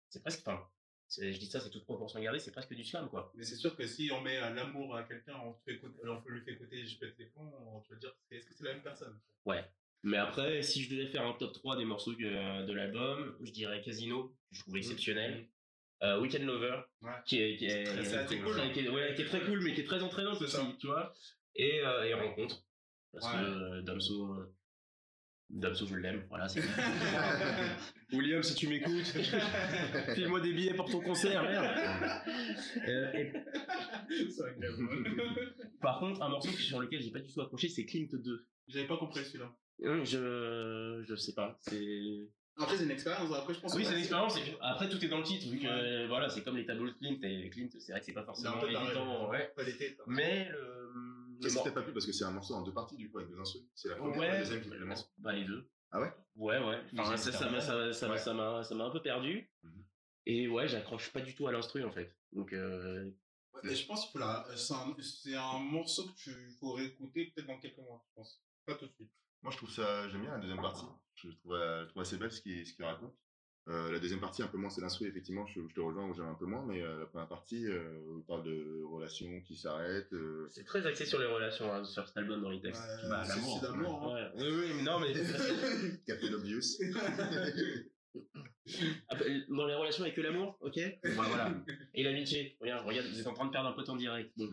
c'est presque, enfin, c'est- je dis ça, c'est toute proportion gardée, c'est presque du slam, quoi.
Mais c'est sûr que si on met euh, l'amour à quelqu'un, on, te fait écouter- on lui fait écouter Je pète les plombs, on peut dire c'est- est-ce que c'est la même personne
Mais après, si je devais faire un top 3 des morceaux que- de l'album, je dirais Casino, que je trouve exceptionnel. Euh, Weekend Lover,
Ouais.
qui est, qui est-
C'est très- très
qui est-
cool, hein.
qui est- ouais, qui est très cool, mais qui est très entraînant
C'est
aussi,
ça.
tu vois. Et, euh, et Rencontre, parce
Ouais.
que euh, Damso, euh, Damso, je l'aime, voilà, c'est William, si tu m'écoutes, file-moi des billets pour ton concert, merde. Euh, et
C'est vrai que l'amour.
Par contre, un morceau sur lequel j'ai pas du tout accroché, c'est Clint 2.
J'avais pas compris celui-là.
Euh, Je, je sais pas. C'est.
Après, c'est une expérience. Après, je pense
Oui,
que-
c'est une expérience. et puis, Après, tout est dans le titre. Vu que, euh, voilà, c'est comme les tableaux de Clint. Et Clint, c'est vrai que c'est pas
C'est un
forcément
peu
évident.
pareil.
ouais.
Pas l'été. toi.
Mais le.
Qu'est-ce
le
qui t'a pas plu Parce que c'est un morceau en deux parties, du coup, avec deux instruments. C'est la première et la
Ouais,
deuxième qui te plaît moins.
bah, les deux.
Ah ouais
Ouais, ouais. Enfin,
Musique
ça, ça m'a, ça, ça m'a-
Ouais.
ça m'a, ça m'a un peu perdu.
Mhm.
Et ouais, j'accroche pas du tout à l'instru en fait. Donc, euh,
Ouais, mais je pense qu'il faut la- c'est un, c'est un morceau que tu faut réécouter peut-être dans quelques mois, je pense. Pas tout de suite.
Moi, je trouve ça, j'aime bien la deuxième partie. Je trouve, euh, je trouve assez belle ce qu'il ce qu'il raconte. Euh, la deuxième partie, un peu moins, c'est l'instru, effectivement, je, je te rejoins où j'aime un peu moins, mais euh, la première partie, euh, on parle de relations qui s'arrêtent. euh,
c'est très axé sur les relations hein, sur cet album dans les textes.
Euh,
bah,
c'est
l'amour.
c'est d'amour. hein.
Ouais. Oui, oui, mais non, mais.
Captain Obvious.
Ah, bah, Dans les relations avec l'amour, ok Ouais, voilà. Et l'amitié, regarde, regarde, vous êtes en train de perdre un pote en direct. Bon.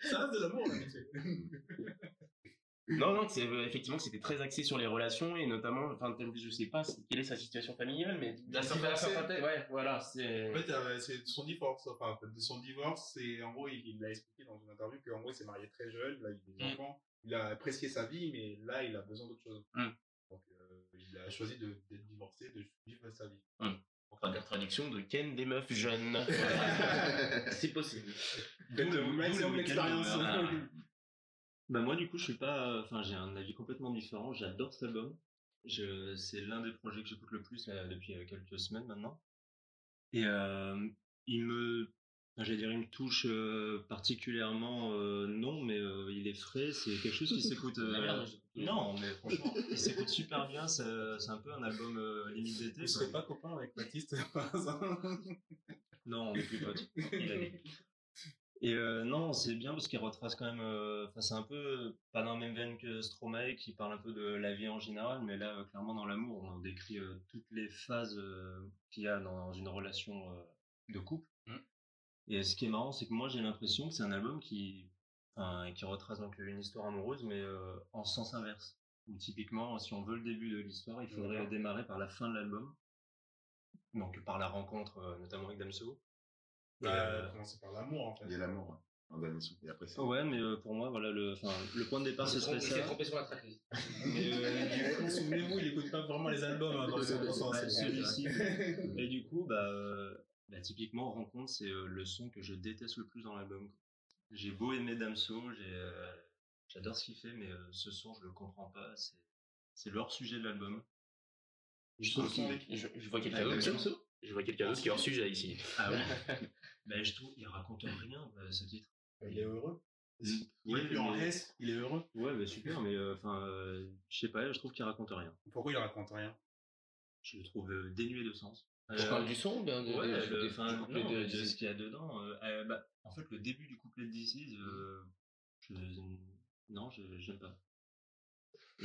Ça reste de l'amour, l'amitié.
non, non, c'est euh, effectivement que c'était très axé sur les relations et notamment, enfin, t'aimes- je sais pas c'est- quelle est sa situation familiale, mais
La divorcée.
certaine- ouais, voilà, c'est.
En fait, euh, c'est de son divorce. Enfin, de son divorce, c'est en gros, il il l'a expliqué dans une interview qu'en gros, il s'est marié très jeune, là, il a des
Mm.
enfants, il a apprécié sa vie, mais là, il a besoin d'autre chose.
Mm.
Donc, euh, il a choisi de- d'être divorcé, de vivre sa vie.
Mm. Enfin, la traduction de Ken des meufs jeunes. c'est possible. Ah.
Faites le maximum
d'où le
d'expérience.
calme,
Bah moi du coup je suis pas, enfin j'ai un avis complètement différent. J'adore cet album. Je, c'est l'un des projets que j'écoute le plus là, depuis euh, quelques semaines maintenant. Et euh, il me, enfin, j'allais dire il me touche euh, particulièrement. euh, non, mais euh, il est frais. C'est quelque chose qui s'écoute. euh,
Ah, merde.
non, mais franchement, il s'écoute super bien. ça- C'est un peu un album euh, limite d'été.
Vous
quoi.
serez pas copain avec Baptiste par hasard
Non, on est plus potes. Il a dit. Et euh, non, c'est bien parce qu'il retrace quand même. euh, Enfin, c'est un peu euh, pas dans la même veine que Stromae qui parle un peu de la vie en général, mais là, euh, clairement, dans l'amour, on décrit euh, toutes les phases euh, qu'il y a dans une relation euh, de couple.
Mhm.
Et ce qui est marrant, c'est que moi, j'ai l'impression que c'est un album qui, enfin, qui retrace donc une histoire amoureuse, mais euh, en sens inverse. Ou typiquement, si on veut le début de l'histoire, il faudrait
D'accord.
démarrer par la fin de l'album, donc par la rencontre, euh, notamment avec Damso. Et,
Bah,
euh,
commencer par l'amour, en fait.
Il y a l'amour. hein, un dernier son. Et après, c'est.
Ouais, mais euh, pour moi, voilà, le, enfin, le point de départ, ce serait ça.
sur la tracklist.
Mais euh, souvenez-vous, il écoute pas vraiment les albums
Ah,
hein, dans les
Ouais,
sens, c'est-
celui-ci. Et du coup, bah, euh, bah, typiquement, Rencontre, c'est euh, le son que je déteste le plus dans l'album. J'ai beau aimer Damso, j'ai, euh, j'adore ce qu'il fait, mais euh, ce son, je le comprends pas. C'est, c'est leur sujet de l'album.
Je, trouve qu'il- je, je vois quelqu'un d'autre. Je vois quelqu'un d'autre qui est hors sujet ici.
Ah oui bah, Je trouve, il raconte rien, bah, ce titre.
Il est heureux.
Ouais,
Il est en
mais-
S, il est heureux.
ouais bah, super, mais euh, enfin, euh, je sais pas, je trouve qu'il raconte rien.
Pourquoi il raconte rien
Je le trouve euh, dénué de sens.
Je
Euh,
parle du son, de, de,
Ouais,
de-
le-
du
enfin,
couplet
non,
de-
de
de-
ce qu'il y a dedans. euh, euh, bah, en fait, le début du couplet de This Is, euh, je- non, je j'aime pas.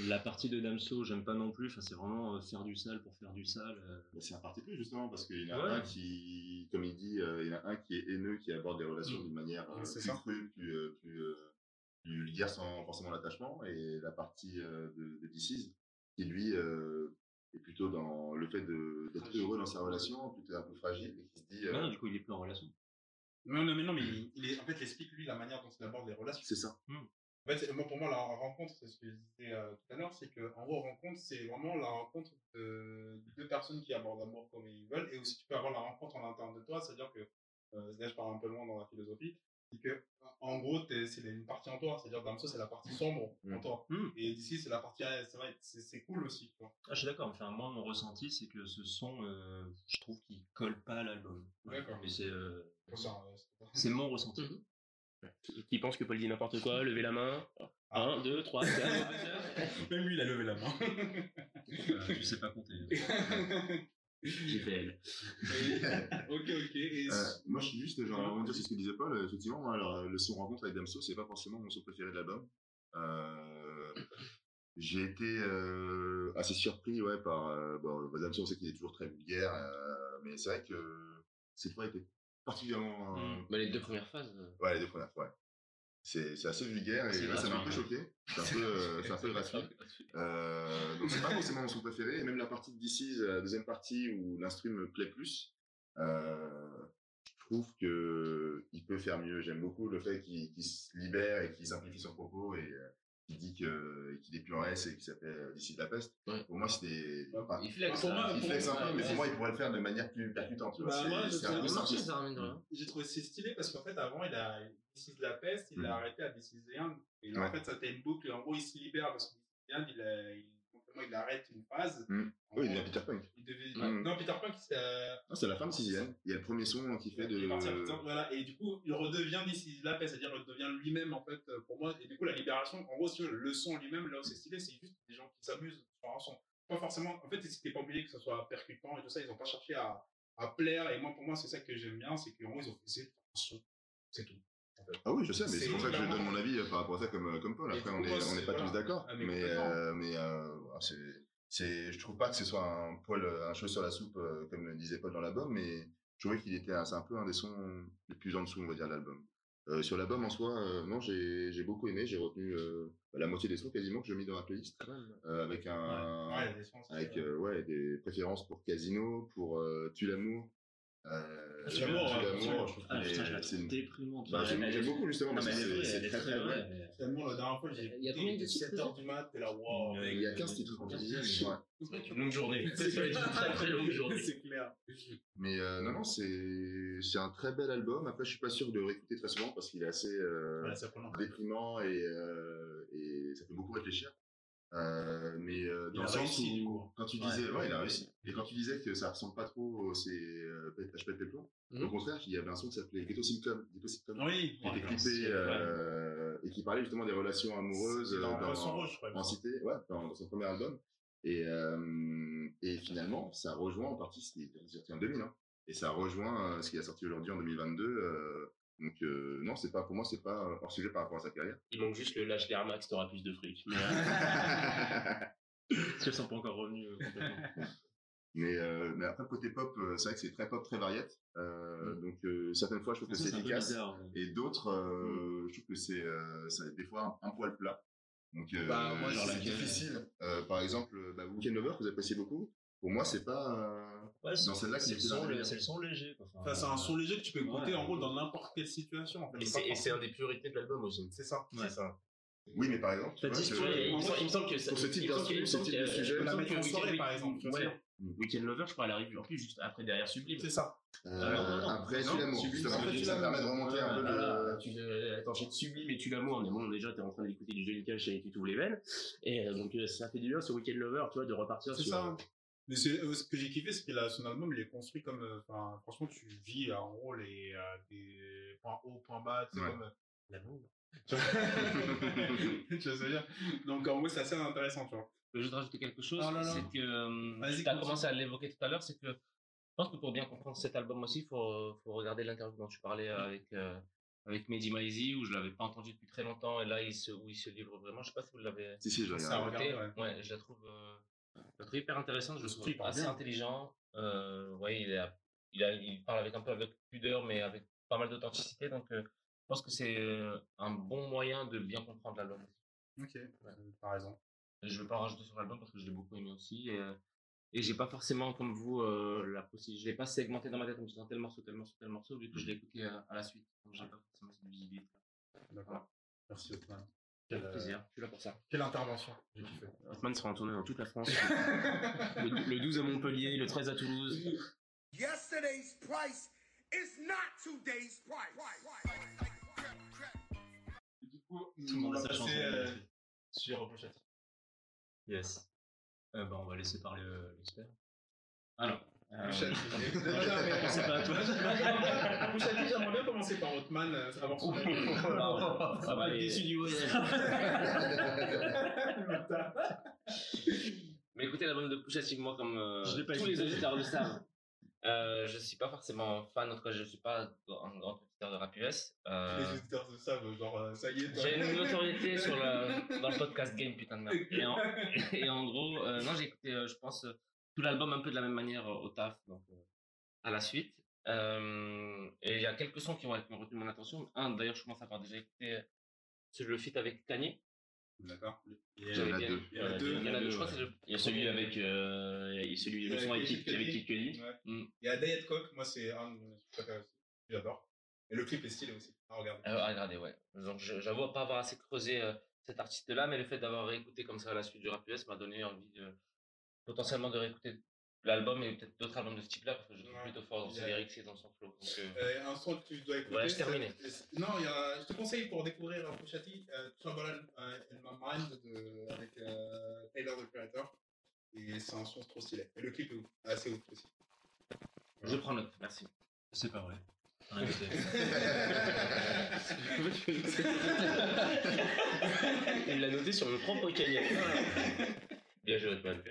La partie de Damso, j'aime pas non plus. Enfin, c'est vraiment euh, faire du sale pour faire du sale. euh.
Mais Bah, c'est un parti pris, justement, parce qu'il y en a
Ouais.
un qui, comme il dit, euh, il y en a un qui est haineux, qui aborde les relations
Mm.
d'une manière euh,
Ouais, c'est
plus
ça.
crue, plus, euh, plus, euh, plus vulgaire, sans forcément l'attachement, et la partie euh, de, de This Is, qui lui euh, est plutôt dans le fait de- d'être
Fragile.
heureux dans sa relation, plutôt un peu fragile, et qui se dit, euh,
Ah non, du coup, il est plus en relation.
Non, non, mais non, mais il, il est- en fait, il explique lui la manière dont il aborde les relations.
c'est ça.
En fait, c'est- moi, pour moi, la rencontre, c'est ce que je disais euh, tout à l'heure, c'est que, en gros, rencontre, c'est vraiment la rencontre de deux personnes qui abordent l'amour comme ils veulent, et aussi tu peux avoir la rencontre en interne de toi, c'est-à-dire que, euh, là, je parle un peu loin dans la philosophie, c'est que, en gros, t'es- c'est une partie en toi, c'est-à-dire, Damso, c'est la partie sombre en
Mm.
toi,
Mm.
et d'ici, c'est la partie, ah, c'est vrai, c'est c'est cool aussi, tu vois.
Ah, je suis d'accord. Enfin, moi, mon ressenti, c'est que ce son, euh, je trouve qu'il colle pas à l'album.
D'accord.
Mais c'est euh,
Enfin, euh, c'est pas-
c'est mon ressenti.
Mm-hmm. Qui pense que Paul dit n'importe quoi, levez la main.
Ah.
1, 2, 3, 4.
Même lui, il a levé la main.
Euh, je sais pas compter.
JPL.
Et- ok, ok. Et,
Euh, moi, je suis juste, genre, en dire sur ce que disait Paul, euh, effectivement, moi, alors, euh, le son rencontre avec Damso, c'est pas forcément mon son préféré de l'album. Euh, j'ai été euh, assez surpris, ouais, par euh, bon, bah, Damso, on sait qu'il est toujours très vulgaire, euh, mais c'est vrai que cette fois, il était particulièrement. euh,
Hum.
Bah, les deux premières phases. euh,
Ouais, les deux premières fois, ouais. C'est c'est assez vulgaire et
C'est
ouais, ça m'a un peu
gratuit.
choqué. C'est un peu, euh, c'est un peu gratuit. Euh, donc c'est pas forcément mon son préféré. Et même la partie de This Is, la deuxième partie où l'instru me plaît plus, euh, je trouve que il peut faire mieux. J'aime beaucoup le fait qu'il qu'il se libère et qu'il simplifie son propos et euh, qu'il dit que qu'il est plus en S et qu'il s'appelle euh, This Is la peste.
Ouais.
Pour moi, c'était enfin,
Il flex.
Pour moi,
hein.
il flex un peu, mais
ouais,
pour bah, moi,
ouais.
il pourrait le faire de manière plus percutante. tu vois.
Bah
C'est-
ouais,
c'est un
c'est-
peu
Ça a marché,
simpliste.
ça ramène de rien.
j'ai trouvé c'est stylé parce qu'en fait avant il a décidé de la peste, il
Mm.
a arrêté à décider un et
Ouais.
en fait ça fait une boucle et en gros il se libère parce que Disneyland, il, a- il, complètement, il arrête une phase.
Mm.
En
Oui, Mmh. il
gros,
devient Peter Punk.
il devait-
Ouais.
Non Peter Pan qui s'est euh,
Non, Ah, c'est à la fin de sixième. Il y a le premier son qui fait de.
il est parti à Peter Pan, voilà et du coup il redevient décidé de la peste, c'est-à-dire il redevient lui-même en fait euh, pour moi et du coup la libération en gros si tu veux, le son lui-même là où c'est stylé c'est juste des gens qui s'amusent sur un son. Pas forcément en fait c'était pas obligé que ça soit percutant et tout ça ils ont pas cherché à, à plaire et moi pour moi c'est ça que j'aime bien c'est qu'en gros ils ont fait c'est un son c'est tout.
Ah oui, je sais, mais c'est
C'est
pour ça que je
clairement-
donne mon avis euh, par rapport à ça comme, euh, comme Paul.
Et
Après,
du
on
coup, moi,
est- on n'est
c'est-
pas
voilà.
tous d'accord.
Ah, mais
Mais,
complètement.
euh, mais euh, voilà, c'est, c'est, je trouve pas que ce soit un Paul, euh, un cheveu sur la soupe, euh, comme le disait Paul dans l'album, mais je trouvais qu'il était, un- c'est un peu un des sons les plus en dessous, on va dire, de l'album. Euh, sur l'album en soi, euh, non, j'ai, j'ai beaucoup aimé, j'ai retenu euh, la moitié des sons quasiment que j'ai mis dans la playlist,
Quand même.
euh, avec un,
Ouais, il y a des chances.
avec euh, ouais, des préférences pour Casino, pour euh, Tu l'amour. Euh,
Tu l'amour,
Tu
ouais,
l'amour,
tu l'amour.
je trouve
Ah
qu'il
putain,
est-
je la
c'est
trouve
une-
déprimante.
bah,
Elle-
j'aime
elle-
j'aime beaucoup justement
Non,
parce
mais
que
elle est
c'est
vraie, elle
c'est
est
très très vrai.
vraie, mais-
Finalement, la dernière fois, j'ai
Il y a combien de titres
7 h du mat, t'es là, waouh.
Il y a 15 titres en dizaine, ouais.
Une longue journée. C'est une très très longue journée.
C'est clair.
Mais euh, non, non, c'est c'est un très bel album. Après, je suis pas sûr de le réécouter très souvent parce qu'il est assez euh,
Voilà, ça prend un-
déprimant et, euh, et ça fait beaucoup réfléchir. Euh, mais euh, dans
a
le sens
réussi,
où-
du coup.
quand tu
Ouais.
disais, ouais, il a réussi. Et quand tu disais que ça ressemble pas trop, c'est euh, Pète- je pète les plombs.
Mhm.
Au contraire, il y avait un son qui s'appelait Ghetto Symptom, Ghetto Symptom,
Oui,
qui était
Ouais,
clippé
c'est-
euh, et qui parlait justement des relations amoureuses
C'est
euh,
dans
dans-
Poisson Rouge, je crois.
en cité, ouais, dans, dans son premier album. Et, euh, et finalement, ça rejoint en partie ce qui est sorti en 2000. hein. Et ça rejoint euh, ce qu'il a sorti aujourd'hui en 2022. euh, donc euh, non, c'est pas pour moi, c'est pas euh, hors sujet par rapport à sa carrière.
Il manque juste le lâche d'Air Max, t'auras plus de fric. Mais, euh,
Parce qu'elles sont pas encore revenues euh, complètement.
mais, euh, mais après côté pop, euh, c'est vrai que c'est très pop, très variette. Euh, Donc euh, certaines fois, je trouve que c'est
un peu
efficace.
bizarre, mais-
Et d'autres,
Mmh.
euh, je trouve que c'est euh, ça- des fois un, un poil plat. Donc euh,
Bah, moi, genre
c'est
laquelle
difficile. Euh, par exemple, euh, bah, Weekend Lover, que vous appréciez beaucoup. Pour moi, c'est pas. euh,
Ouais, c'est
dans celle-là
c'est
qui
le,
était dans la
son lé-
lumière.
c'est le son léger. quoi. Enfin,
Enfin, c'est un son léger que tu peux écouter
Ouais.
en gros dans n'importe quelle situation. En fait.
Et c'est- et c'est un des plus rythmés de l'album aussi.
C'est ça.
Ouais.
ça.
Oui, mais par exemple, tu
T'as
vois,
dit
que- euh,
Ouais, il, me semble, il me semble que ça.
Pour ce type
il me semble
d'instru,
que- il me semble
ce type
que-
de sujet,
il me
La
semble
mettre
que
en
Weekend-
soirée, par exemple. tu vois.
Ouais. Weekend Lover, je crois, elle arrive en plus juste après derrière Sublime.
C'est ça.
Euh,
Ah, non, non, non.
Après,
Non,
tu l'amour,
Sublime,
justement,
après, tu
ça me
l'amour.
permet de remonter un peu
Ah, ah, ah,
le.
tu, euh, attends, j'ai de Sublime et tu l'amour, mais bon, déjà, t'es en train d'écouter du Johnny Cash et tu t'ouvres les
Ben.
veines. Et euh, donc, euh, ça fait du bien ce Weekend Lover, tu vois, de repartir
C'est
sur.
ça. hein. Mais c'est- euh, ce que j'ai kiffé, c'est que là, son album, il est construit comme. euh, Enfin, franchement, tu vis euh, en gros les euh, des points hauts, points bas, tu sais,
Ouais.
comme. euh, L'amour. Tu vois Tu vois ce que je veux dire Donc, en gros, c'est assez intéressant, tu vois.
Je voudrais ajouter quelque chose,
Oh là là.
c'est que
Vas-y,
tu as
continue.
commencé à l'évoquer tout à l'heure, c'est que je pense que pour bien comprendre cet album aussi, il faut, euh, faut regarder l'interview dont tu parlais avec, euh, avec Mehdi Maizi, où je l'avais pas entendu depuis très longtemps, et là il se, où il se livre vraiment, je sais pas si vous l'avez
Si, si, je
Ça,
regarde.
ouais.
écouté.
regarder,
Ouais, je la trouve, euh, je la trouve hyper intéressante, je le
Surtout,
trouve
il parle
assez
bien.
intelligent. Euh, ouais, il, a- il, a- il parle avec un peu avec pudeur, mais avec pas mal d'authenticité, donc euh, je pense que c'est euh, un bon moyen de bien comprendre l'album.
Ok. Par exemple.
Je ne vais pas en rajouter sur l'album parce que je l'ai beaucoup aimé aussi. Et, euh, et j'ai pas forcément, comme vous, euh, la possi- je l'ai pas segmenté dans ma tête comme disant tel morceau, tel morceau, tel morceau, vu que
Mmh.
je l'ai écouté euh, à la suite. Donc j'ai pas forcément cette visibilité.
D'accord. Merci, Othman.
Avec
Quelle, euh,
plaisir, je suis là pour ça.
quelle intervention J'ai kiffé.
Hotman sera en tournée dans toute la France. le, le 12 à Montpellier, le 13 à Toulouse.
Yesterday's price is not today's price.
Du coup,
Tout le monde
on
a
va
sa chanson.
passer, euh,
Sur Repochette. Yes. Euh, bah, on va laisser parler euh, l'expert. Alors. Euh,
Bouchati.
on sait pas, toi.
Bouchati, j'aimerais bien commencer par Othman euh, avant son avis.
Ah,
Ça va,
bah,
et-
déçu du voyage.
Mais écoutez, l'album de Pouchati, moi, comme euh,
Je l'ai pas
tous
écouté.
les auditeurs le savent, euh, je suis pas forcément fan, en tout cas, je suis pas un grand auditeur de rap US. Euh,
Les auditeurs de ça, genre, euh, ça y est. toi.
J'ai une notoriété sur le, dans le podcast game, putain de merde. Et en, et en gros, euh, non, j'ai écouté, euh, je pense, euh, tout l'album un peu de la même manière euh, au taf, donc euh, à la suite. Euh, et il y a quelques sons qui ont, qui ont retenu mon attention. Un, d'ailleurs, je commence à avoir déjà écouté euh, celui le feat avec Kanye.
D'accord.
Il y en
euh,
J'avais
a
bien-
deux.
Il y en a deux. Il y en a deux, je crois que c'est le-
Il y a celui avec. euh, il y a celui, le son avec Kid avec Kid Cudi.
Ouais.
Mm.
Il y a Diet Coke, moi c'est un de mes préférés aussi. J'adore. Et le clip est stylé aussi. Ah, regarde.
Euh, à regarder, ouais. Donc, je- j'avoue pas avoir assez creusé euh, cet artiste-là, mais le fait d'avoir réécouté comme ça la suite du rap US m'a donné envie de, potentiellement de réécouter l'album et peut-être d'autres albums de ce type-là, parce que je trouve
Ouais.
plutôt fort dans ses
Yeah.
lyrics et dans son flow. Donc, euh,
Euh, un son que tu dois écouter.
Ouais, je
c'est-
terminais.
c'est- Non, il y a, je te conseille pour découvrir euh, Pushati, euh, Trouble euh, in My Mind de, avec euh, Tyler the Creator. Et c'est un son trop stylé. Et le clip est ouf, assez ouf aussi.
je prends note, merci.
C'est pas vrai. Rien de fait.
Il l'a noté sur le propre cahier. Bien joué, Hotman.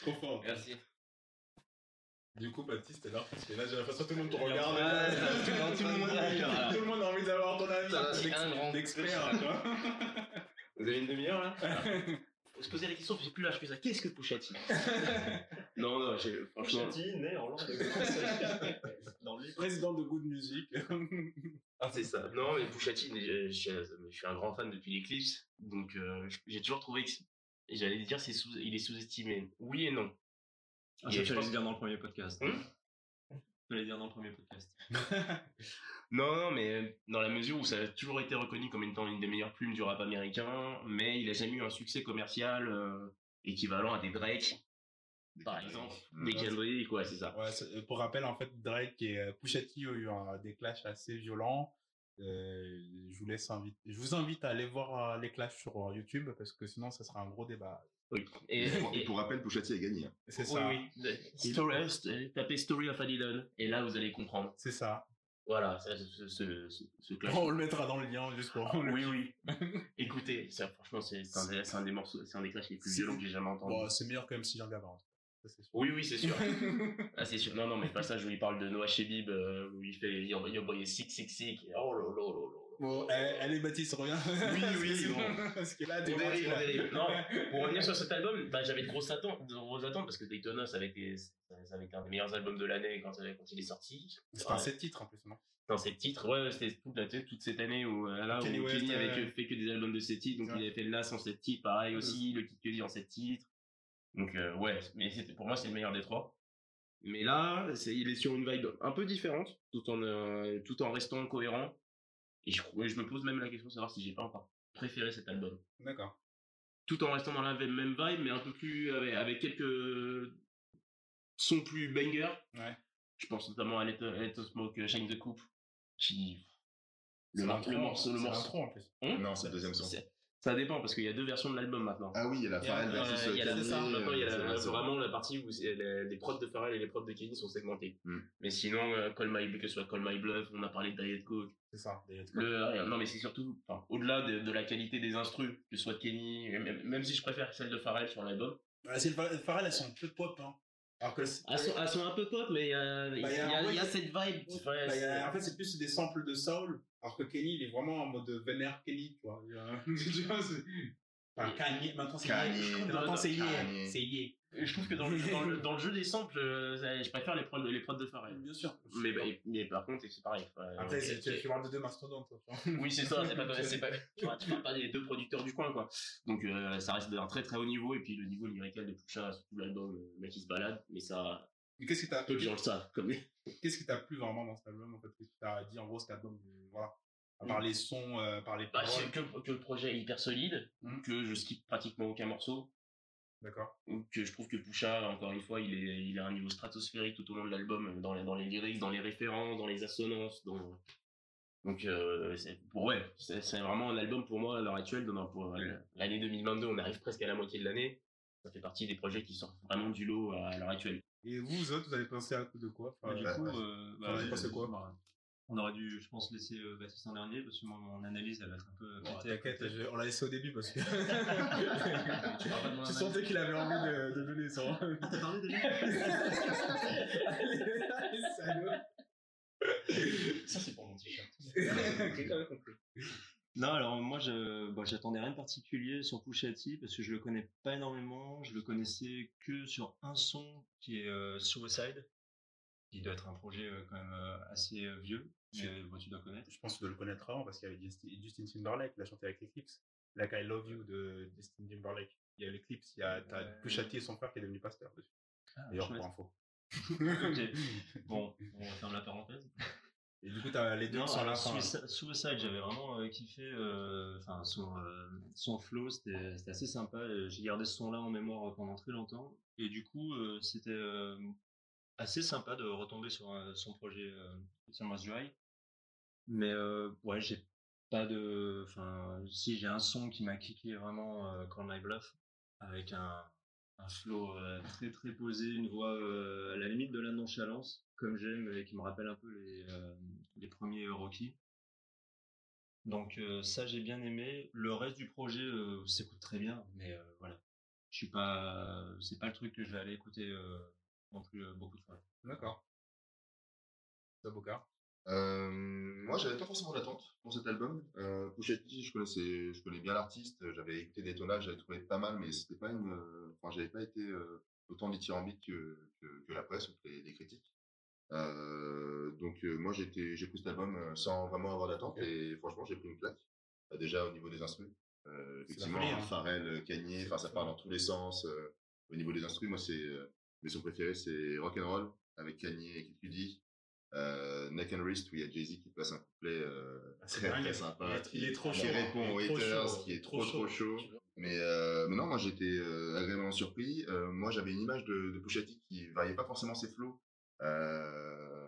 Trop fort.
Merci.
Du coup, Baptiste, t'es là. Parce que là, j'ai l'impression que tout le monde te
Ouais,
regarde.
ouais, tout le monde- tout le monde a envie, là.
Tout le monde a envie d'avoir ton avis.
Ça va, c'est un grand-
D'expert, tu vois.
Vous avez une demi-heure là Je se posais la question, j'ai plus là, je fais ça. Qu'est-ce que Pouchati Non, non, j'ai- franchement.
Chati, né en langue de Dans les
Président de Good Music.
Ah, c'est ça. Non, mais Pouchati, je, je- je suis un grand fan depuis l'Eclipse, donc euh, je- j'ai toujours trouvé que. c'est- et J'allais dire, c'est sous- il est sous-estimé. Oui et non.
Ah,
Et
ça,
je
tu allais
pense-
le dire dans le premier podcast.
Hum
Tu allais le dire dans le premier podcast.
Non, non, mais euh, dans la mesure où ça a toujours été reconnu comme étant une des meilleures plumes du rap américain, mais il a jamais eu un succès commercial euh, équivalent à des Drake, par exemple, des Kendrick, ouais, c'est ça.
Ouais, c'est- euh, pour rappel, en fait, Drake et euh, Pusha T ont eu un- des clashs assez violents. Euh, je vous laisse invite, je vous invite à aller voir euh, les clashs sur euh, YouTube parce que sinon, ça sera un gros débat.
Et,
Et pour,
et-
pour rappel, Pouchati a gagné.
C'est
Oui,
ça.
oui. The- Story, euh, tapez Story of Adidon, et là vous allez comprendre.
C'est ça.
Voilà, ça, ce, ce, ce, ce clash.
On le mettra dans le lien juste pour.
Ah.
oui, oui. Écoutez, ça, franchement, c'est c'est un, des- c'est un des morceaux, c'est un des clashs les plus
C'est- Bah,
violents que j'ai jamais entendu.
Bon, c'est meilleur quand même si j'en gavais. Ça, c'est sûr.
Oui, oui, c'est sûr. ah, c'est sûr. Non, non, mais le passage où il parle de Noah Shebib, euh, où il fait Yo, yo boy, sick, sick, sick. Et Oh, lo, lo, lo, lo.
Bon, eh, allez, Baptiste, reviens.
Oui,
Parce que
oui,
sinon-
bon.
Parce que là, t'es
On
parti,
dérive, on
là.
dérive. Non, pour revenir sur cet album, bah, j'avais de grosses attentes, de grosses attentes parce que Daytona, ça avait été, ça avait été un des meilleurs albums de l'année quand, euh, quand il est sorti.
C'est un sept titres en plus, non
dans ses titres, ouais, ouais, c'était toute, la- tu sais, toute cette année où euh, là où
Kanye
Kenny
West,
avait
ouais.
que- fait que des albums de 7 titres, donc
Ouais.
il avait fait le Nas en 7 titres, pareil aussi, le Kid Cudi en 7 titres. Donc, euh, ouais, mais c'était- pour moi, c'est le meilleur des trois. Mais là, c'est- il est sur une vibe un peu différente, tout en, euh, tout en restant cohérent. Et je, et je me pose même la question de savoir si j'ai pas encore préféré cet album.
D'accord.
Tout en restant dans la même vibe, mais un peu plus avec, avec quelques sons plus banger.
Ouais.
Je pense notamment à Let, Let Us Smoke, euh, Shine the Coupe, qui le,
C'est
mor-
l'intro,
le morceau, le
c'est
morceau.
l'intro, en plus.
Hein
Non, c'est le deuxième son.
C'est- Ça dépend parce qu'il y a deux versions de l'album maintenant.
Ah oui, il y a la
Il y a,
Pharrell
euh,
versus.
il y a la-
Kanye,
maintenant, il y a
euh,
la-
c'est vrai.
vraiment la partie où c'est les, les prods de Pharrell et les prods de Kenny sont segmentés.
Mm.
Mais sinon, euh, Call My, que ce soit Call My Bluff, on a parlé de Diet Coke.
C'est ça.
le- euh, non, mais c'est surtout, enfin, au-delà de, de la qualité des instrus, que ce soit de Kenny, et même, même si je préfère celle de Pharrell sur l'album.
Ah,
Ouais, c'est le Pharrell- Pharrell, elles sont un peu pop. Hein. Alors que c'est-
Ah, Elles sont, elles sont un peu pop, mais il y a, il y a-
Bah, il y a-
il y a-
ouais,
il y a
il-
cette vibe. tu vois,
Bah, il y a- en
c'est-
fait, c'est plus des samples de soul.
Alors que Kenny, il est vraiment en mode euh, vénère Kenny, tu vois. Il y a- tu vois, c'est-
Enfin, Kanye, maintenant c'est
Kanye.
Yé.
Non,
Maintenant
non,
c'est Yé.
Kanye.
C'est Yé.
Et Je trouve que dans le, dans le- dans le jeu des samples, euh, ça- je préfère les prods, les prods de Pharrell.
Bien sûr.
Mais, bah, et- mais par contre, c'est pareil. euh,
Après, c'est-
c'est-
tu tu parles de deux mastodontes. toi, tu vois.
Oui, c'est ça, c'est pas, c'est pas, tu vois, tu parles pas des deux producteurs du coin, quoi. Donc, euh, ça reste d'un très très haut niveau, et puis le niveau lyrical de Pusha, surtout l'album, euh, le mec il se balade, mais ça,
Mais qu'est-ce qui t'a
peu de gens le savent, comme
qu'est-ce qui t'a plu vraiment dans cet album en fait Qu'est-ce qui t'a dit en gros cet album euh, Voilà. Par les sons, euh, par les
Bah,
paroles.
c'est que, que le projet est hyper solide,
Mmh.
Mhm.
que je skip pratiquement aucun morceau,
D'accord.
que je trouve que Pusha, encore une fois, il est, il a un niveau stratosphérique tout au long de l'album, euh, dans les, dans les lyrics, dans les références, dans les assonances, dans... Donc, euh, c'est, pour- ouais, c'est, c'est vraiment un album pour moi à l'heure actuelle, dans- pour euh, l'année 2022, on arrive presque à la moitié de l'année, ça fait partie des projets qui sortent vraiment du lot à, l'heure actuelle.
Et vous, vous autres, vous avez pensé à de quoi Enfin,
Ouais,
du
bah,
coup,
ouais.
euh, bah,
T'en as
euh,
pensé quoi
bah, on aurait dû, je pense, laisser euh, Baptiste en dernier parce que mon, mon analyse elle va être un peu.
bah,
Bon,
pétée à
T'inquiète,
côté.
je- on l'a laissé au début parce que.
Tu parles pas de mon
tu
analyse.
sentais qu'il avait envie de, de donner son.
Ah, t'as parlé déjà
Allez, allez, salaud.
Ça, c'est pour mon t-shirt.
Non, alors moi, je, bon, j'attendais rien de particulier sur Pushati parce que je le connais pas énormément. Je le connaissais que sur un son qui est euh, Suicide, qui doit être un projet euh, quand même euh, assez euh, vieux. Mais euh, bon, tu dois connaître.
Je pense que tu dois le connaître avant parce qu'il y avait Justin Justin Timberlake, il a chanté avec Eclipse. Like I Love You de Justin Timberlake. Il y a l'Eclipse, il y a t'as
Ouais.
Pusha T et son frère qui est devenu pasteur dessus. D'ailleurs, pour
Chouette.
info.
Ok. Bon, on ferme la parenthèse.
Et du coup, t'as les deux
Non,
qui sont là.
alors,
enfin,
Suicide, Suicide, j'avais vraiment euh, kiffé. euh, Enfin, son, euh, son flow, c'était c'était assez sympa. euh, J'ai gardé ce son-là en mémoire pendant très longtemps. Et du coup, euh, c'était euh, assez sympa de retomber sur euh, son projet euh, sur Mars Dry. Mais euh, ouais, j'ai pas de. Enfin, si j'ai un son qui m'a kické vraiment euh, Call My Bluff, avec un, un flow euh, très très posé, une voix euh, à la limite de la nonchalance, comme j'aime et qui me rappelle un peu les, euh, les premiers Rocky. Donc euh, ça j'ai bien aimé. Le reste du projet euh, s'écoute très bien, mais euh, voilà, je suis pas, c'est pas le truc que je vais aller écouter euh, non plus euh, beaucoup de fois.
D'accord. Saboka.
Euh, moi, j'avais pas forcément d'attente pour cet album. Euh, Pusha T, je connaissais, je connais bien l'artiste. J'avais écouté Daytona, j'avais trouvé pas mal, mais c'était pas une, euh, enfin, j'avais pas été euh, autant dithyrambique que, que, que la presse ou que les, les critiques. Euh, donc, euh, moi, j'étais, j'ai pris cet album euh, sans vraiment avoir d'attente et franchement, j'ai pris une claque. Bah, déjà au niveau des instruments, euh, effectivement,
folie, hein.
Pharrell, Kanye, euh, enfin, ça parle dans tous les sens. euh, au niveau des instruments, moi, c'est euh, mes sons préférés, c'est Rock and Roll avec Kanye et Kid Cudi. Euh, Neck and Wrist où il y a Jay-Z qui passe un couplet euh,
c'est
très
dingue.
très sympa.
Il est- il est trop
qui
chaud, hein.
répond aux
Il est trop
haters,
chaud.
qui est
Trop
trop trop chaud.
chaud.
Mais, euh, mais non, moi j'étais euh, agréablement surpris. Euh, moi j'avais une image de, de Pusha T qui variait pas forcément ses flots euh,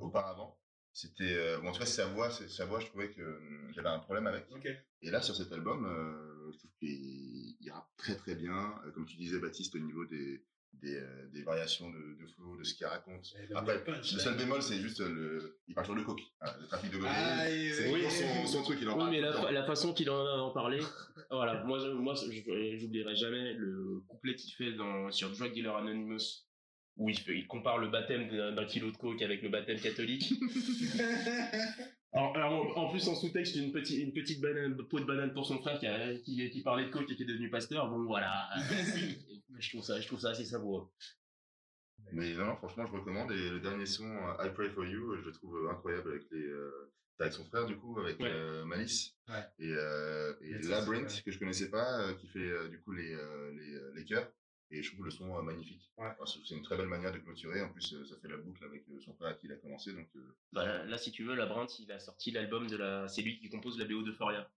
auparavant. C'était euh, bon, en tout cas sa voix, c'est- sa voix, je trouvais que hum, j'avais un problème avec.
Eh
Ok.
ben,
Et là, sur cet album, euh, je trouve qu'il il rappe très très bien, Euh, comme tu disais, Baptiste, au niveau des, des, euh, des variations de, de flow, de ce qu'il raconte.
Et le
Après,
punch,
Ah bah, le seul bémol, c'est juste le. Il parle sur le coke, Ah, le trafic de coke.
Ah, et-
c'est
oui.
toujours son, son truc, il en
Oui,
parle.
mais
tout
la,
le temps.
fa- la façon qu'il en a en parlé, Ah, voilà, moi, je- moi je- je- j'oublierai jamais le couplet qu'il fait dans, sur Drug Dealer Anonymous, où il, fait- il compare le baptême d'un d'un kilo de coke avec le baptême catholique. Alors, alors, en plus, en sous-texte, une, petite une petite banane, peau de banane pour son frère qui, a- qui, qui parlait de coke et qui est devenu pasteur. Bon, voilà. je, trouve ça, je trouve ça assez savoureux.
Mais non, non, franchement, je recommande. Et le dernier son, euh, I Pray For You, euh, je le trouve incroyable avec les. euh, avec son frère, du coup, avec
Ouais.
euh, Malice.
Ouais.
Et, euh, et
Mais ça, c'est
Labyrinth,
vrai.
que je connaissais pas, euh, qui fait euh, du coup les, euh, les, euh, les chœurs. Et je trouve le son euh, magnifique. Enfin, c'est c'est une très belle manière de clôturer. En plus, euh, ça fait la boucle avec euh, son frère à qui il a commencé. Donc, euh,
Bah, là, si tu veux, Labyrinthe, il a sorti l'album de la. C'est lui qui compose la BO de Foria.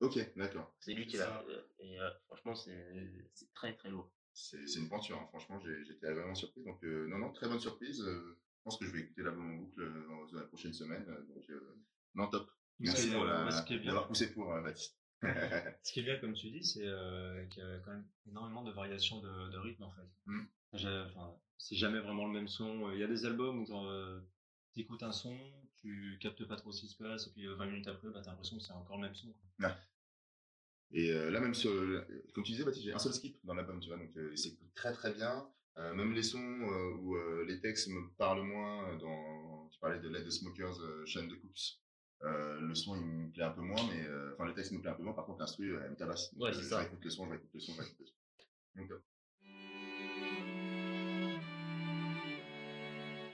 Ok, d'accord.
C'est lui qui l'a. Et euh, franchement, c'est c'est très très lourd.
c'est c'est une penture. hein. Franchement, j'ai- j'étais vraiment surpris. Donc, euh, non, non, très bonne surprise. Euh, je pense que je vais écouter la bonne boucle euh, dans- dans la prochaine semaine. Euh, Donc, euh, non, top.
Parce
Merci
que-
pour
bah,
la-
parce que bien-
d'avoir poussé pour, euh, Baptiste.
Ce qui est bien, comme tu dis, c'est euh, qu'il y a quand même énormément de variations de, de rythme en fait.
Mm.
J'ai- enfin, c'est jamais vraiment le même son. Il y a des albums où tu écoutes un son, tu captes pas trop ce qui se passe, et puis euh, 20 minutes après, bah, t'as l'impression que c'est encore le même son. quoi.
Ouais. Et euh, là, même sur, euh, comme tu disais, Baptiste, j'ai un seul skip dans l'album, tu vois, donc euh, il s'écoute très très bien. Euh, même les sons euh, où euh, les textes me parlent moins, euh, dans, tu parlais de Let the Smokers, euh, Chaîne de Coops, euh, le son il me plaît un peu moins, mais euh, enfin le texte me plaît un peu moins, par contre l'instru euh, elle me tabasse. Donc,
Ouais,
euh,
c'est
je
ça.
réécoute le son, je réécoute le son, je réécoute le son. Donc, euh,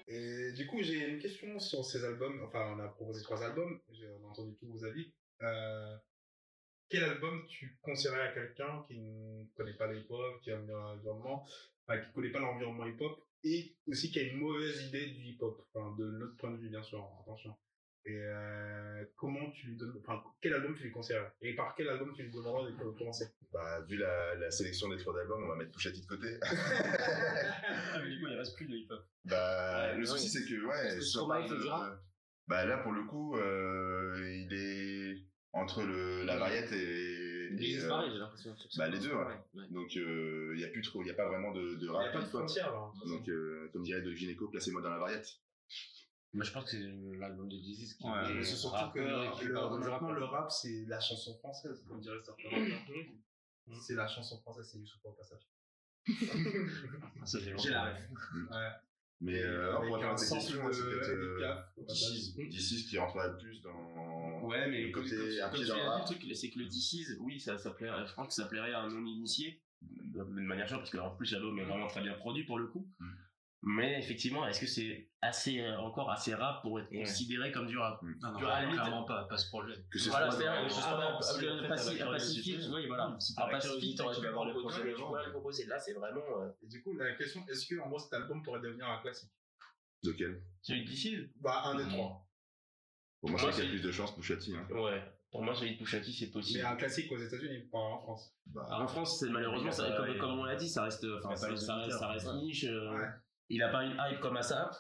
Et du coup, j'ai une question sur ces albums. Enfin, on a proposé trois albums. J'ai on a entendu tous vos avis. Euh, quel album tu conseillerais à quelqu'un qui ne connaît pas l'hip-hop, qui aime bien l'environnement, enfin, qui ne connaît pas l'environnement hip-hop et aussi qui a une mauvaise idée du hip-hop, enfin, de notre point de vue, bien sûr, attention. Et euh, comment tu lui donnes, enfin, quel album tu lui conseillerais et par quel album tu lui donneras de commencer
bah, vu la, la sélection des trois albums, on va mettre Pouchati de côté.
Ah, Mais du coup, il reste plus de hip-hop.
Bah,
Ouais,
le
oui.
souci, c'est que,
Parce
ouais,
que
si on
Stromae
parle
fait
de-
du rap.
bah, là, pour le coup, euh, il est entre le, la variette et,
Il
et,
est
euh,
pareil, j'ai l'impression. sur ce
bah,
point.
les deux, ouais.
ouais.
Donc, euh, il n'y a plus trop, il n'y a pas vraiment de, de
Il n'y
rap.
a pas de
hip-hop.
frontière, là. hein.
Donc, euh, comme dirait Doc Gynéco, placez-moi dans la variette.
Moi, je pense que c'est l'album de Dizzy qui
Ouais,
est
mais c'est surtout que
rappeur et qui
le,
parle du
maintenant,
rap.
le rap, c'est la chanson française, comme dirait certains rappeurs. C'est la chanson française, c'est Youssoupha au passage.
Ça fait
J'ai la
longtemps.
ref.
Mm.
Ouais.
Mais, euh, alors,
Avec
pour
un
répondre à cette
sens
question, c'est
de Mm.
peut-être
Edith
euh,
Piaf, au passage.
16 D6 qui rentrerait plus dans
Ouais, mais
le
comme, comme,
côté un
euh, comme
pied
tu
dans le
l'as
rap.
dit, le truc, c'est que le DC's, oui, ça, ça plairait, je pense que ça plairait à un non-initié, de de manière sûre, parce qu'en plus, l'album est vraiment très bien produit pour le coup.
Mm.
Mais effectivement, est-ce que c'est assez, euh, encore assez rap pour être
Ouais.
considéré comme du rap
Non, non,
Tu vois, à la limite-
clairement pas, pas ce problème.
Que ce
Voilà,
soit
c'est-à-dire,
dans-
euh,
justement,
ah, bah,
si,
euh,
en fait, t'as
paci-
la
pacifique,
curiosité,
oui, voilà.
si t'as
Un
la
pacifique,
curiosité,
Ah, t'aurais
tu
pu
vas voir
avoir le
les
projet,
projets
tu
avant,
pourrais le
ouais.
proposer. Là, c'est vraiment. euh,
Et du coup, la question, est-ce que en gros cet album pourrait devenir un classique
De quel
Celui de DC's
Bah, un des
Mm.
trois.
Pour moi, je crois
Moi,
qu'il y a
c'est-
plus de chances Pouchati. Hein.
Ouais. Pour moi, celui de Pouchati, c'est
Mais
possible.
un classique aux États-Unis, pas en France.
Bah,
Alors, euh, Ah, en France, c'est- malheureusement, ça,
Il a pas-
comme, comme on l'a dit, ça reste,
il
enfin,
a pas
ça,
les
ça reste, ça reste
auditeurs,
niche. euh,
Ouais.
Il a pas une hype comme ça.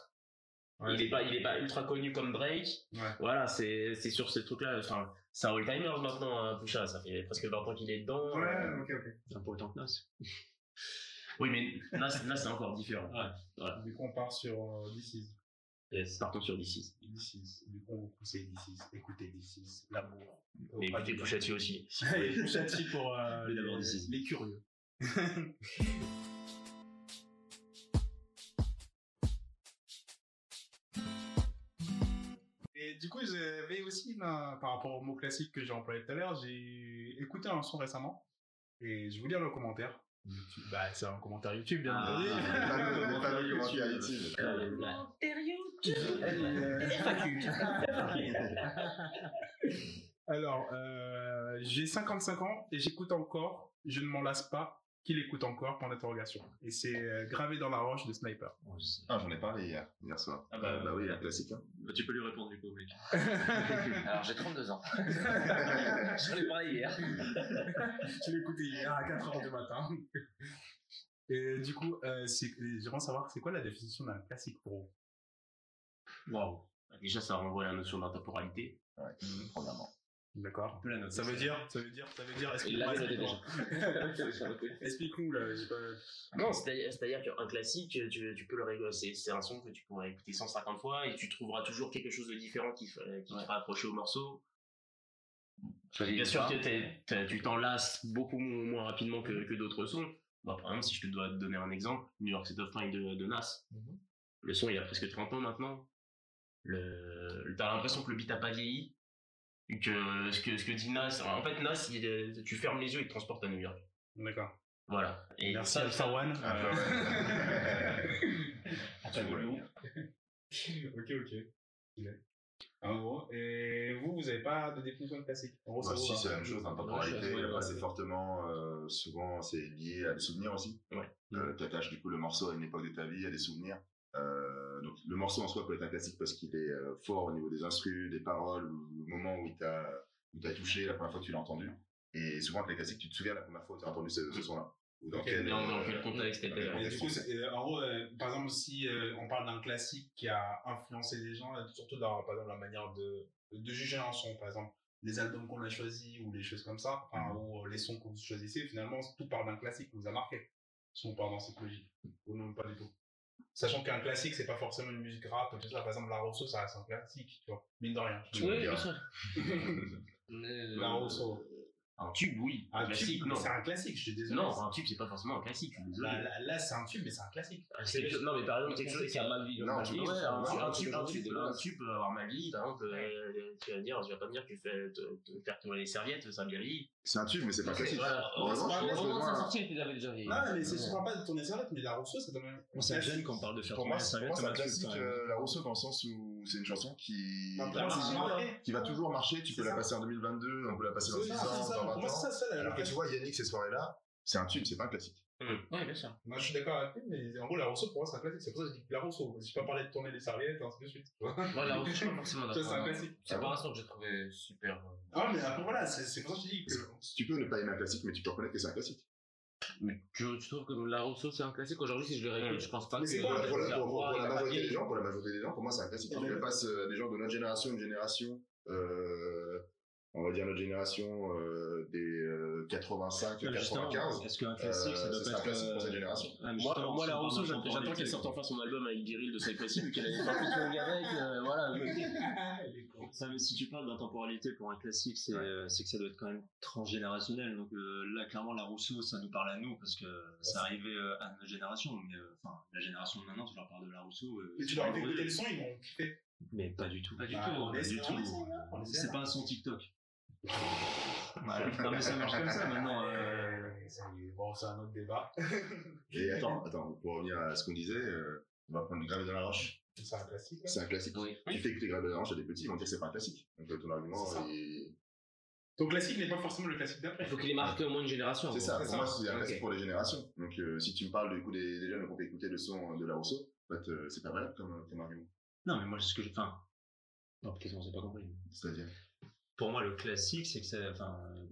Ouais.
Il est pas, il est pas ultra connu comme Drake.
Ouais.
Voilà, c'est, c'est sur ce truc-là. Enfin, c'est un all-timer maintenant, hein, Bouchard. Ça fait presque 20 ans qu'il est dedans.
Ouais,
Euh,
ok, ok.
Enfin, pas autant que Nas.
Oui, mais là, c'est- là, c'est encore différent.
Ouais.
Du coup, on part sur euh, This Is.
Yes, partons sur DC's.
This Is. Du coup, on vous poussez This Is. Écoutez This Is. L'amour.
Et
Pas
écoutez
du-
Bouchati aussi. si vous
Et
voulez.
Bouchati pour euh,
Mais d'abord
les-
This Is.
les curieux. Et du coup, j'avais aussi, ma- par rapport au mot classique que j'ai employé tout à l'heure, j'ai écouté un son récemment. Et je vous lis le commentaire. YouTube. Bah, c'est un commentaire YouTube, bien
Ah,
entendu.
les fameux- les fameux commentaires utiles.
Euh,
euh,
ah,
Alors, euh, j'ai 55 ans et j'écoute encore, je ne m'en lasse pas, qu'il écoute encore, point d'interrogation. Et c'est euh, gravé dans la roche de Sniper.
Bon, c'est-
Ah, j'en ai parlé hier, hier soir.
Ah bah,
Euh, oui, un classique. hein.
bah, tu peux lui répondre du coup, mec.
Alors, j'ai 32 ans.
J'en ai parlé hier.
Je l'ai écouté hier à 4h du matin. Et du coup, euh, c'est- j'aimerais savoir, c'est quoi la définition d'un classique pour vous
Waouh. Ah, Déjà, ça renvoie à la notion d'intemporalité. Mmh.
Ouais, premièrement.
D'accord.
Peu la note.
Ça veut dire, ça veut dire, ça veut dire,
Il l'avait noté
explique-moi. Explique-nous, là, j'ai pas...
Non, c'est-à-dire c'est-à-dire qu'un classique, tu, tu peux le régler. C'est c'est un son que tu pourrais écouter 150 fois et tu trouveras toujours quelque chose de différent qui, f- qui te rapproche au morceau. Bien sûr que t'es- t'es- tu t'en lasses beaucoup mo- moins rapidement que, que d'autres sons. Bah, par exemple, si je te dois te donner un exemple, New York State of Mind de, de Nas. Le son, il a presque 30 ans maintenant. Le- T'as l'impression que le beat a pas vieilli. Que ce, que ce que dit Nas. En fait, Nas, il est- tu fermes les yeux, il te transporte à New York.
D'accord.
Voilà. Et
Merci,
ça,
Alpha One.
Ah, bah, ouais.
ça-
Voilà.
ok, ok. En gros. Et vous, vous n'avez pas de définition de classique. En gros,
Moi
ça vous
aussi,
va.
c'est la même chose, hein, temporalité,
euh, Ouais, ouais, ouais.
assez fortement, euh, souvent c'est lié à des souvenirs aussi.
Ouais.
Euh, T'attaches du coup le morceau à une époque de ta vie, à des souvenirs. Euh, donc le morceau en soi peut être un classique parce qu'il est euh, fort au niveau des instrus, des paroles, ou le moment où il t'a où t'a touché la première fois que tu l'as entendu. Et souvent avec les classiques, tu te souviens la première fois où tu as entendu ce, ce son-là. Ou dans
Ok,
quel, euh,
dans-
dans quel contexte,
dans quel
etc.
Et
contexte
du coup,
tu-
c'est- euh, en gros, euh, par exemple, si euh, on parle d'un classique qui a influencé les gens, euh, surtout dans par exemple, la manière de, de juger un son, par exemple, les albums qu'on a choisis ou les choses comme ça, enfin,
Mhm.
ou euh, les sons que vous choisissez, finalement, tout part d'un classique qui vous a marqué, si on part dans cette logique, ou non, pas du tout. Sachant qu'un classique, c'est pas forcément une musique rap, tout ça. Par exemple, La Rousseau, ça reste un classique, tu vois, mine de rien.
tu me diras.
Euh,
La Rousseau.
Un tube, oui.
Ah,
Un
classique,
tube,
non.
mais c'est un classique, je suis désolé.
Non, un tube, c'est pas forcément un classique. je suis désolé.
Là, là- là, c'est un tube, mais c'est un classique.
Ah, c'est que- Non, mais par exemple, quelque chose qui a mal vie.
Non,
mal
tu-
vie,
ouais,
ouais, un
ouais,
tube- un
ouais,
tube-
ouais,
un
ouais,
tube,
ouais,
un
ouais.
tube peut euh, avoir ma vie, par exemple, euh, tu vas dire, tu vas pas me dire que tu fais te- te faire tourner les serviettes, ça a bien vieilli.
C'est un tube, mais c'est pas
Ok,
classique.
voilà.
En revanche,
pas-
moi, Ah, je
Au
le
moment de
vois,
sa
là.
sortie, elle avait déjà vieilli.
Non, mais c'est souvent pas de tourner serviette, mais la Rousseau, c'est quand même.
Moi, ça me gêne quand on parle de faire
Pour moi,
tourner les
c'est
serviettes.
pour moi, c'est un
comme un tube,
classique,
quand même.
euh, La Rousseau, dans le sens où c'est une chanson qui...
Non, pour moi, c'est marqué.
qui va toujours marcher. Tu
C'est
peux la
ça.
passer en 2022, on peut la passer dans
Bah, C'est
10
ça, hein,
ans,
c'est ça.
dans 20
Pour moi,
ans.
c'est ça, c'est ça, la
Alors que tu
location.
vois, Yannick, ces soirées-là, c'est un tube, c'est pas un classique.
Ouais, bien sûr.
Moi, je suis d'accord avec lui, mais en gros, la Rousseau, pour moi, c'est un classique. C'est pour ça que je dis que la Rousseau. Je pas parler de tourner des serviettes, ainsi de suite. tu vois.
Moi, la recherche, je suis pas forcément
Ça, c'est un
d'accord. hein.
classique.
Ah
C'est pas un son que j'ai trouvé super. euh,
Ouais, Ah, mais après, voilà, c'est c'est pour ça que je dis que.
Tu peux ne pas aimer un classique, mais tu peux reconnaître que c'est un classique.
Mais tu, tu trouves que La Rousseau, c'est un classique aujourd'hui Si je le réécoute, je pense pas
Mais
que.
c'est quoi,
Pour,
je
la- pour
vais
la- pour-
voir,
pour
il
la
a pas
majorité
vieilli.
des gens, pour la majorité des gens, pour moi, c'est un classique.
Ah,
Tu le
mais-
passes euh, des gens de notre génération, une génération, euh, on va dire notre génération euh, des euh, 85,
Ouais, Ah, justement,
95.
Est-ce qu'un classique, ça
euh,
doit
c'est
pas
un
être.
classique pour cette
euh,
génération.
ah, mais
Moi,
justement,
moi, la
on
Rousseau,
parle
j'attends j'attends
temporalité,
qu'elle sorte
quoi.
enfin son album avec Diril de Soy Facile, vu qu'elle avait pas fait de avec,
Ah,
euh, voilà.
Ça, mais si tu parles d'intemporalité pour un classique, c'est euh, c'est que ça doit être quand même transgénérationnel. Donc euh, là, clairement, la Rousseau, ça nous parle à nous parce que ça arrivait euh, à notre génération. Mais euh, enfin, la génération de maintenant, tu leur parles de la Rousseau. euh,
Mais tu
ils
leur
sont
fais
heureux.
écouter le son, ils vont kiffer.
Mais pas du tout.
Pas du
Bah,
tout.
on
Pas
laisse-
du
on
tout.
laisse, hein, on laisse,
C'est
hein.
pas un son TikTok. Non, mais ça marche comme ça maintenant. euh,
Euh, ça y est, Bon, c'est un autre débat.
Et attends, attends, pour revenir à ce qu'on disait, euh, on va prendre Gravé dans la roche.
C'est un classique. hein.
C'est un classique.
Oui.
Tu fais écouter Gravé dans la roche à des petits, ils vont dire que c'est pas un classique. Donc euh, ton argument,
C'est ça.
est-
Ton classique n'est pas forcément le classique d'après.
Il faut qu'il ait marqué au moins une génération.
C'est
quoi.
ça, pour moi, c'est un
Ok.
classique pour les générations. Donc, euh, si tu me parles du coup des, des jeunes qui ont fait écouter le son euh, de la Rousseau, en fait, euh, c'est pas valable comme, comme argument.
Non, mais moi, c'est ce que je. Enfin. Non, peut-être qu'on s'est pas compris.
C'est-à-dire.
pour moi, le classique, c'est que ça, enfin, euh,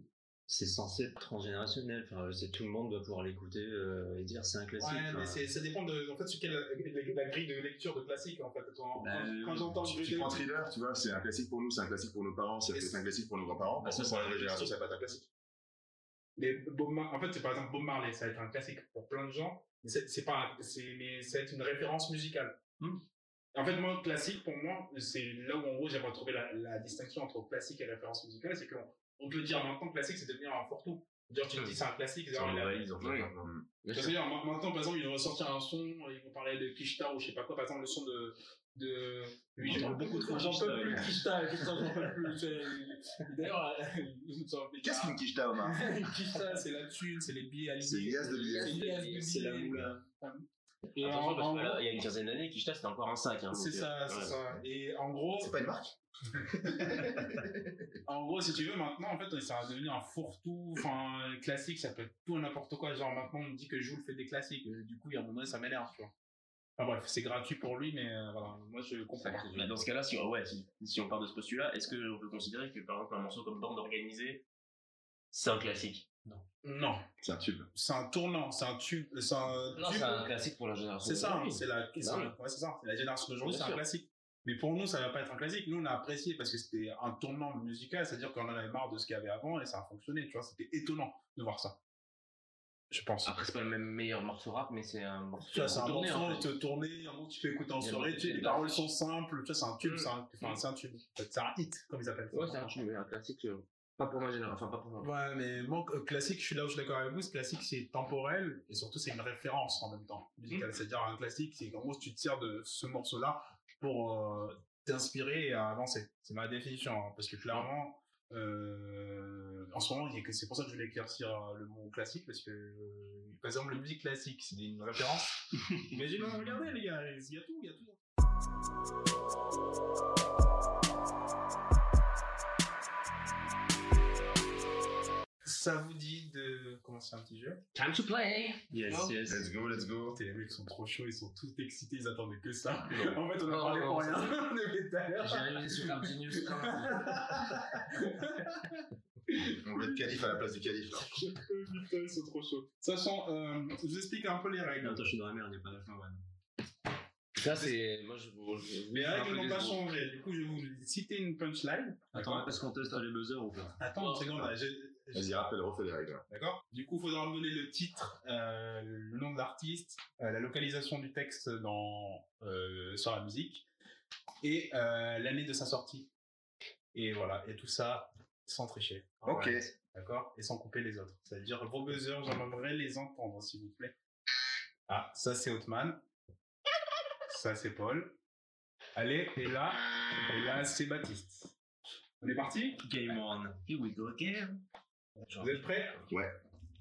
c'est censé être transgénérationnel. Enfin, c'est tout le monde doit pouvoir l'écouter euh, et dire c'est un classique.
Ouais,
hein.
Enfin,
mais c'est- ça dépend de, en fait, sur quelle, la, la grille de lecture de classique, en fait. Quand,
Bah,
quand- quand j'entends
Tu,
le-
tu prends thriller, tu vois, c'est un classique pour nous, c'est un classique pour nos parents, c'est
Et
c'est
c'est-
un classique pour nos grands-parents.
Bah, ça,
Par contre,
c'est
pour
un
la nouvelle génération,
classique.
c'est pas ta classique.
Mais Bob Mar- en fait, c'est par exemple Bob Marley, ça va être un classique pour plein de gens, mais c'est c'est pas, un- c'est, mais ça va être une référence musicale.
Hmm.
En fait, moi, classique, pour moi, c'est là où en gros j'ai retrouvé la, la distinction entre classique et référence musicale, c'est qu'on on peut dire maintenant classique, c'est devenir un fourre-tout. Dire tu te dis c'est un classique, c'est
C'est
un
une
classique.
valise, en fait.
Oui.
maintenant. Bien sûr.
C'est-à-dire, ma- maintenant, par exemple, ils vont sortir un son, ils vont parler de Kishta ou je sais pas quoi, par exemple, le son de. de... Oui,
On
j'en
entend beaucoup trop
j'en
Kishta,
peux plus,
ouais.
Kishta, Kishta, j'en peux plus. c'est- D'ailleurs,
Qu'est-ce qu'une quicheta, Omar
Kishta, c'est la thune, c'est les billets à
C'est
l'idée.
liasse de liasse.
C'est liasse de billets.
C'est la moula.
Et en-
Attention, parce
en
que là,
gros-
il y a une quinzaine d'années, Kishta, c'était encore un sac. hein,
C'est
donc,
ça,
euh,
c'est
ouais.
ça. Et en gros,
C'est pas une marque
En gros, si tu veux, maintenant, en fait, ça va devenir un fourre-tout, enfin, un classique, ça peut être tout et n'importe quoi. Genre, maintenant, on me dit que Jules fait des classiques. Euh, Du coup, il y a un moment, ça m'énerve, tu vois. Enfin, bref, c'est gratuit pour lui, mais euh, voilà, moi, je comprends pas.
Bah, dans ce cas-là, si, ouais, si, si on part de ce postulat, est-ce qu'on peut considérer que par exemple un morceau comme Bande organisée, c'est un classique
Non,
C'est un tube.
c'est un tournant, c'est un tube, c'est un
Non,
tube.
c'est un classique pour la génération.
C'est ça,
d'aujourd'hui.
c'est la, c'est ça,
Bah oui.
ouais, c'est ça, c'est la génération d'aujourd'hui,
Bien
c'est un
sûr.
classique. Mais pour nous, ça va pas être un classique. Nous, on a apprécié parce que c'était un tournant musical, c'est-à-dire qu'on en avait marre de ce qu'il y avait avant et ça a fonctionné, tu vois. C'était étonnant de voir ça. Je pense.
Après, c'est pas le même meilleur morceau rap, mais c'est un morceau.
Tu vois, c'est un
tourné,
morceau,
Ah, en
tu
fait.
te tourner, un moment tu peux écouter en
Il y a
soirée,
beaucoup
tu-
de
les
débat.
paroles sont simples, tu vois, c'est un tube,
Mm.
c'est un, enfin,
Mm.
c'est un tube, c'est un hit, comme ils appellent ça.
Ouais, c'est un tube, mais un classique. euh, Pas pour ma génération, enfin pas pour moi.
Ouais, mais moi, euh, classique, je suis là où je suis d'accord avec vous, ce classique, c'est temporel, et surtout, c'est une référence en même temps, musicale. C'est-à-dire, un classique, c'est qu'en gros, tu te sers de ce morceau-là pour euh, t'inspirer et à avancer. C'est ma définition, hein, parce que clairement, euh, en ce moment, il y a que- c'est pour ça que je voulais éclaircir euh, le mot classique, parce que, euh, par exemple, la musique classique, c'est une référence. Imagine, regardez, les gars, il y a tout, il y a tout. ça vous dit de commencer un petit jeu
Time to play
Yes,
Go.
yes.
Let's go, let's go.
Les mecs sont trop chauds, ils sont tout excités, ils attendaient que ça.
Non.
En fait, on a
Non,
parlé
non,
pour
ça-
rien depuis tout à l'heure.
J'ai révisé sur Argenius quand même.
On veut être calife à la place du calife. là.
Putain, ils sont trop chauds. Sachant, euh, je vous explique un peu les
Non,
règles.
euh, attends, je suis dans la merde, il n'y a pas la fin, ouais.
Ça, c'est. Moi, je vous. je vous
Les
fais un
règles
peu
n'ont
des
pas
autres.
changé. Du coup, je vais vous citer une punchline.
Attends, est-ce qu'on teste les buzzers ou pas
Attends une seconde, là, j'ai-
Vas-y, hein. rappelle, refais les règles.
D'accord Du coup, il faudra me donner le titre, euh, le nom de l'artiste, euh, la localisation du texte dans, euh, sur la musique et euh, l'année de sa sortie. Et voilà, et tout ça sans tricher.
Ok.
D'accord Et sans couper les autres. C'est-à-dire, vos buzzers, j'aimerais les entendre, s'il vous plaît. Ah, ça c'est Hotman. Ça c'est Paul. Allez, et là, et là c'est Baptiste. On est parti
Game on. Here we go again.
Vous êtes prêts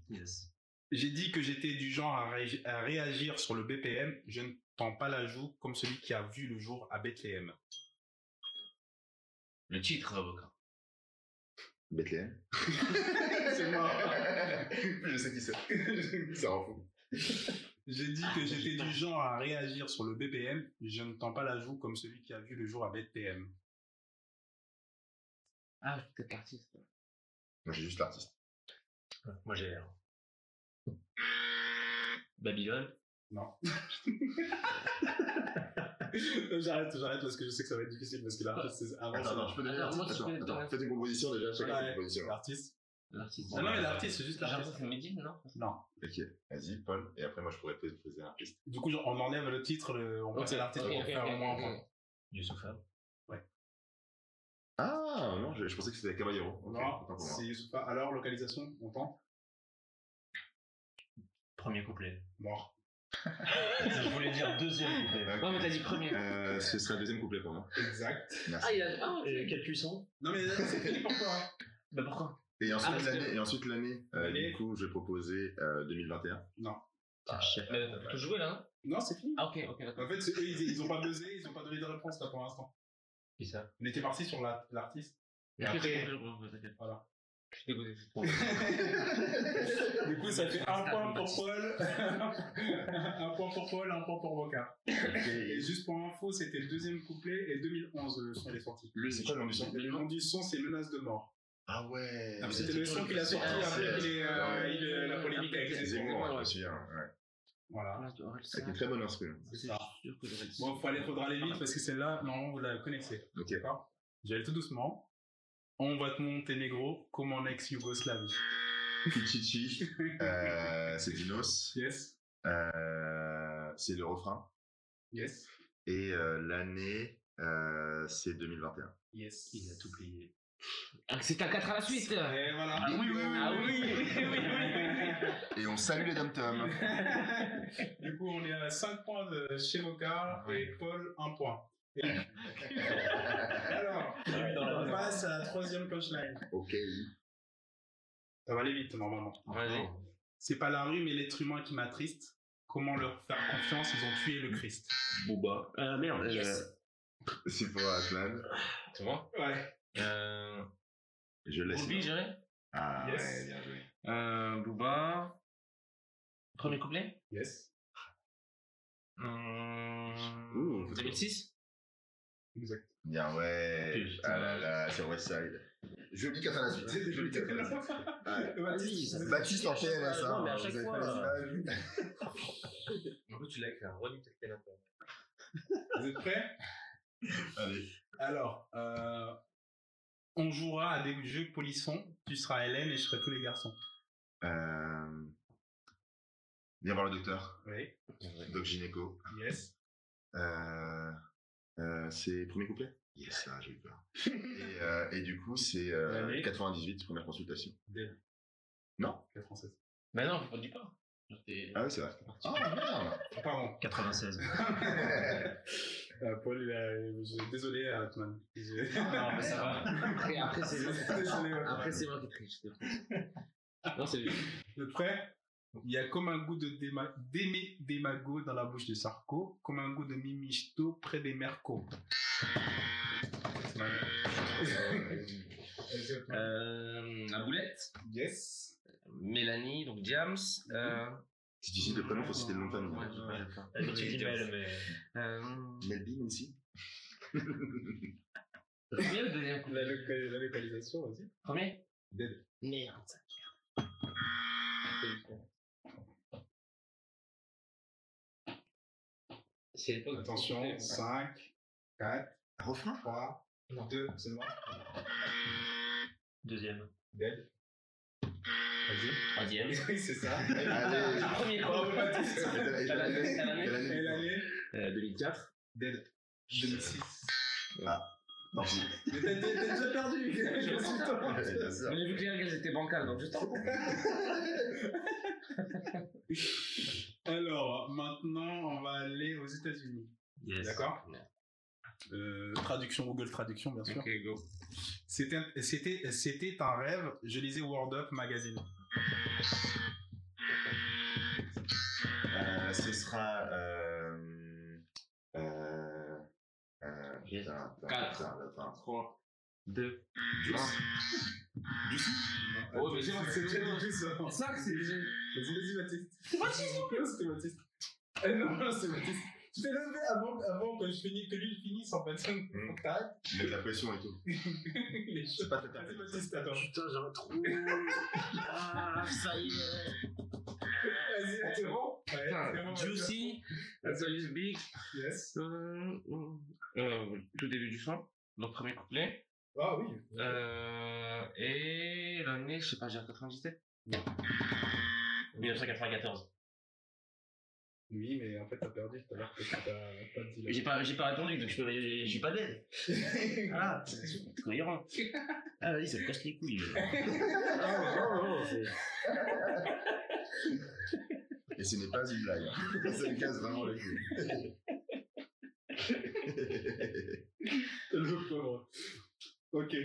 Yes.
J'ai dit que j'étais du genre à, ré- à réagir sur le BPM. Je ne tends pas la joue comme celui qui a vu le jour à Bethléem.
Le titre, avocat.
Bethléem.
C'est moi.
Je sais qui c'est. Ça en fout.
J'ai dit que j'étais du genre à réagir sur le BPM. Je ne tends pas la joue comme celui qui a vu le jour à Bethléem.
Ah, je suis peut-être l'artiste.
Moi, j'ai juste l'artiste.
Moi j'ai. Babylone.
Non. j'arrête, j'arrête parce que je sais que ça va être difficile parce que l'artiste c'est avant.
Attends,
c'est-
attends, Ah, je peux donner
Attends,
l'artiste.
moi, je
Attends,
peux-
attends. Fais tes compositions déjà, chacun
Ouais.
une composition.
L'artiste.
L'artiste.
Ah non, mais l'artiste, c'est juste
J'ai l'impression
l'artiste.
que c'est Medine, non
Non.
Ok, vas-y, Paul. Et après, moi, je pourrais te poser l'artiste.
Du coup, on enlève le titre, le- on passe à l'artiste
Ok,
pour
ok,
faire
ok,
au moins un
ok.
point.
Youssoufa.
Ah, non, je, je pensais que c'était Caballero. Ok, autant
Non,
pour moi.
c'est Youssoufa. Alors, localisation, on tente
Premier couplet.
Mort.
Je voulais dire deuxième couplet.
Non, mais t'as dit premier.
Euh, ce serait le deuxième couplet pour moi.
Exact.
Merci.
Ah, il a. Ah, ok.
Et quel puissant
Non mais c'est fini pour toi. hein.
Bah pourquoi
Et
Ah,
ensuite,
parce
l'année,
que-
et ensuite l'année, euh,
L'année.
du coup, je vais proposer euh, 2021.
Ah, chef.
Mais t'as plutôt joué là, hein
Non, c'est fini.
Ah, ok, ok, d'accord.
En fait, c'est- eux, ils, ils ont pas buzzé, ils ont pas donné de réponse là pour l'instant.
Qui ça
On était parti sur la- l'artiste. Et
Ok,
après,
je euh, comprends, t'inquiète.
voilà.
Je suis dégoûté, je suis trop.
Du coup, ça fait un point pour
Baptiste.
Paul, un point pour Paul, un point pour Boca.
Ah,
Et juste pour info, c'était le deuxième couplet et 2011 le son est sorti.
Le c'est quoi le nom du son
Le nom du son, c'est Menace de mort.
Ah ouais.
Ah, c'était le son qu'il a sorti
Ah, c'est-
après qu'il ait, euh,
ouais.
il ait la polémique avec
C'est
les
Zemmour,
Zemmour.
je me souviens. ouais.
Voilà.
Ah, tu aurais le
Avec une
sac.
très bonne instru.
C'est
ça.
sûr que j'aurais le
Bon,
sac.
faut aller- faudra aller vite parce que celle-là, normalement, vous la connaissez.
Ok.
D'accord J'y vais tout doucement. On va te monter, négro, comme en ex-Yougoslavie.
Pichichi, euh, c'est Dinos.
Yes.
Euh, c'est le refrain.
Yes.
Et euh, l'année, euh, c'est 2021.
Yes.
Il a tout plié.
Ah, C'est un 4 à la suite
Et voilà.
Ah oui, oui, oui,
Ah oui, oui, oui,
oui.
Et on salue les dom toms
du coup, on est à 5 points de chez Boca et Paul, 1 point. Et- Alors, on passe à la troisième punchline.
Ok.
Ça va aller vite, normalement.
Vas-y.
C'est pas la rue, mais l'être humain qui m'attriste. Comment leur faire confiance Ils ont tué le Christ.
Booba. Ah merde.
Yes.
euh,
C'est pour Atlan.
C'est bon
Ouais.
Euh.
Je laisse.
Booby, j'irai
Ah
Yes.
ouais, bien joué.
Euh. Booba. Premier couplet
Yes.
Hum,
Ouh, faut-
2006
Exact.
Bien ouais.
Putain.
Ah là là, sur Westside. Joli 4 à la suite. Joli 4 à la suite. Ouais.
Baptiste.
Baptiste en PLS,
Non,
hein.
mais à
vous
chaque
avez
fois,
fait la
euh,
finale.
En fait, tu l'as avec un Ronnie Tectel
Vous êtes prêts
Allez.
Alors, euh, on jouera à des jeux polissons. Tu seras Hélène et je serai tous les garçons.
Euh... Viens voir le docteur.
Oui.
Doc Gynéco.
Yes.
Euh... Euh, c'est premier couplet Yes, ah, j'ai eu peur. et, euh, et du coup, c'est euh,
Allez.
98, première consultation.
Dead.
Non.
La française.
Bah non, on dit pas. C'est-
Ah oui, c'est vrai. Ah
Pardon.
96.
merde
Euh, Paul, il a- je- désolé, Atman. Désolé.
Ah, mais ça va. Après, après c'est moi.
Désolé, ouais.
Après, c'est moi qui triche. c'est vrai. Non, c'est
Vous êtes prêts Il y a comme un goût de déma... démé- démago dans la bouche de Sarko, comme un goût de mimichto près des mercos.
Euh. La boulette
Yes.
Mélanie, donc James. euh,
C'est difficile de prénom, faut citer le nom de famille.
Ouais, j'ai pas le temps.
Elle veut que tu t'y mêles,
mais- Euh,
Melvin aussi.
Combien le deuxième coup
La, loca- la localisation, vas-y.
Combien
Dead.
Merde. ça. C'est l'époque. du
Attention,
couplet.
5, 4,
Refrain
3, 2, c'est mort.
Deuxième.
Dead. Vas-y.
Troisième.
Oui, c'est ça.
Allez.
Ah, Premier coup.
Bravo, Baptiste.
Quelle
Quelle année, quelle année
année
Et l'année
Euh, 2004.
Dead. 2006.
Non,
Mais t'as t'as- t'as déjà perdu. Je me suis
c'est
trompé.
bien sûr.
Mais J'ai vu que les règles étaient bancales, donc juste en
Alors, maintenant, on va aller aux États-Unis.
Yes.
D'accord Euh, Traduction, Google Traduction, bien sûr.
Ok, go.
C'était un- C'était c'était un rêve, je lisais World Up Magazine.
Euh, ce sera. Euh, euh, euh,
Yes.
putain, putain,
Quatre.
putain, putain.
3, 2,
Du- du-
Oh, mais c'est
C'est c'est déjà dit, ça. Vas-y,
ça que c'est déjà.
vas-y, Baptiste. C'est Baptiste Non, c'était Baptiste. Eh non, non, c'est Baptiste. Tu t'es levé avant, avant que, je finis, que lui finisse en fait.
Hmm.
Faut que t'arrêtes.
Mettre la pression et tout.
Il est chaud.
pas très
Vas-y,
pertinent.
Baptiste, attends.
Putain, j'ai un trou. ah, ça y est.
Vas-y, c'est Eh, bon Ouais, c'est bon,
Putain, Ah, Juicy, Anthony Big,
vas-y. Yes.
euh, euh, tout début du chant, donc premier couplet.
Ah oui.
Euh, et l'année, je sais pas, j'ai un 97 1994.
Oui, mais en fait, t'as perdu tout à l'heure parce que t'as pas dit la-
J'ai pas, j'ai pas répondu, donc je peux- je suis pas dead. Ah, c'est cohérent. Ah, vas-y, ça me casse les couilles.
Et ce n'est pas une blague. hein. Ça me casse vraiment les couilles.
Le pauvre. Ok.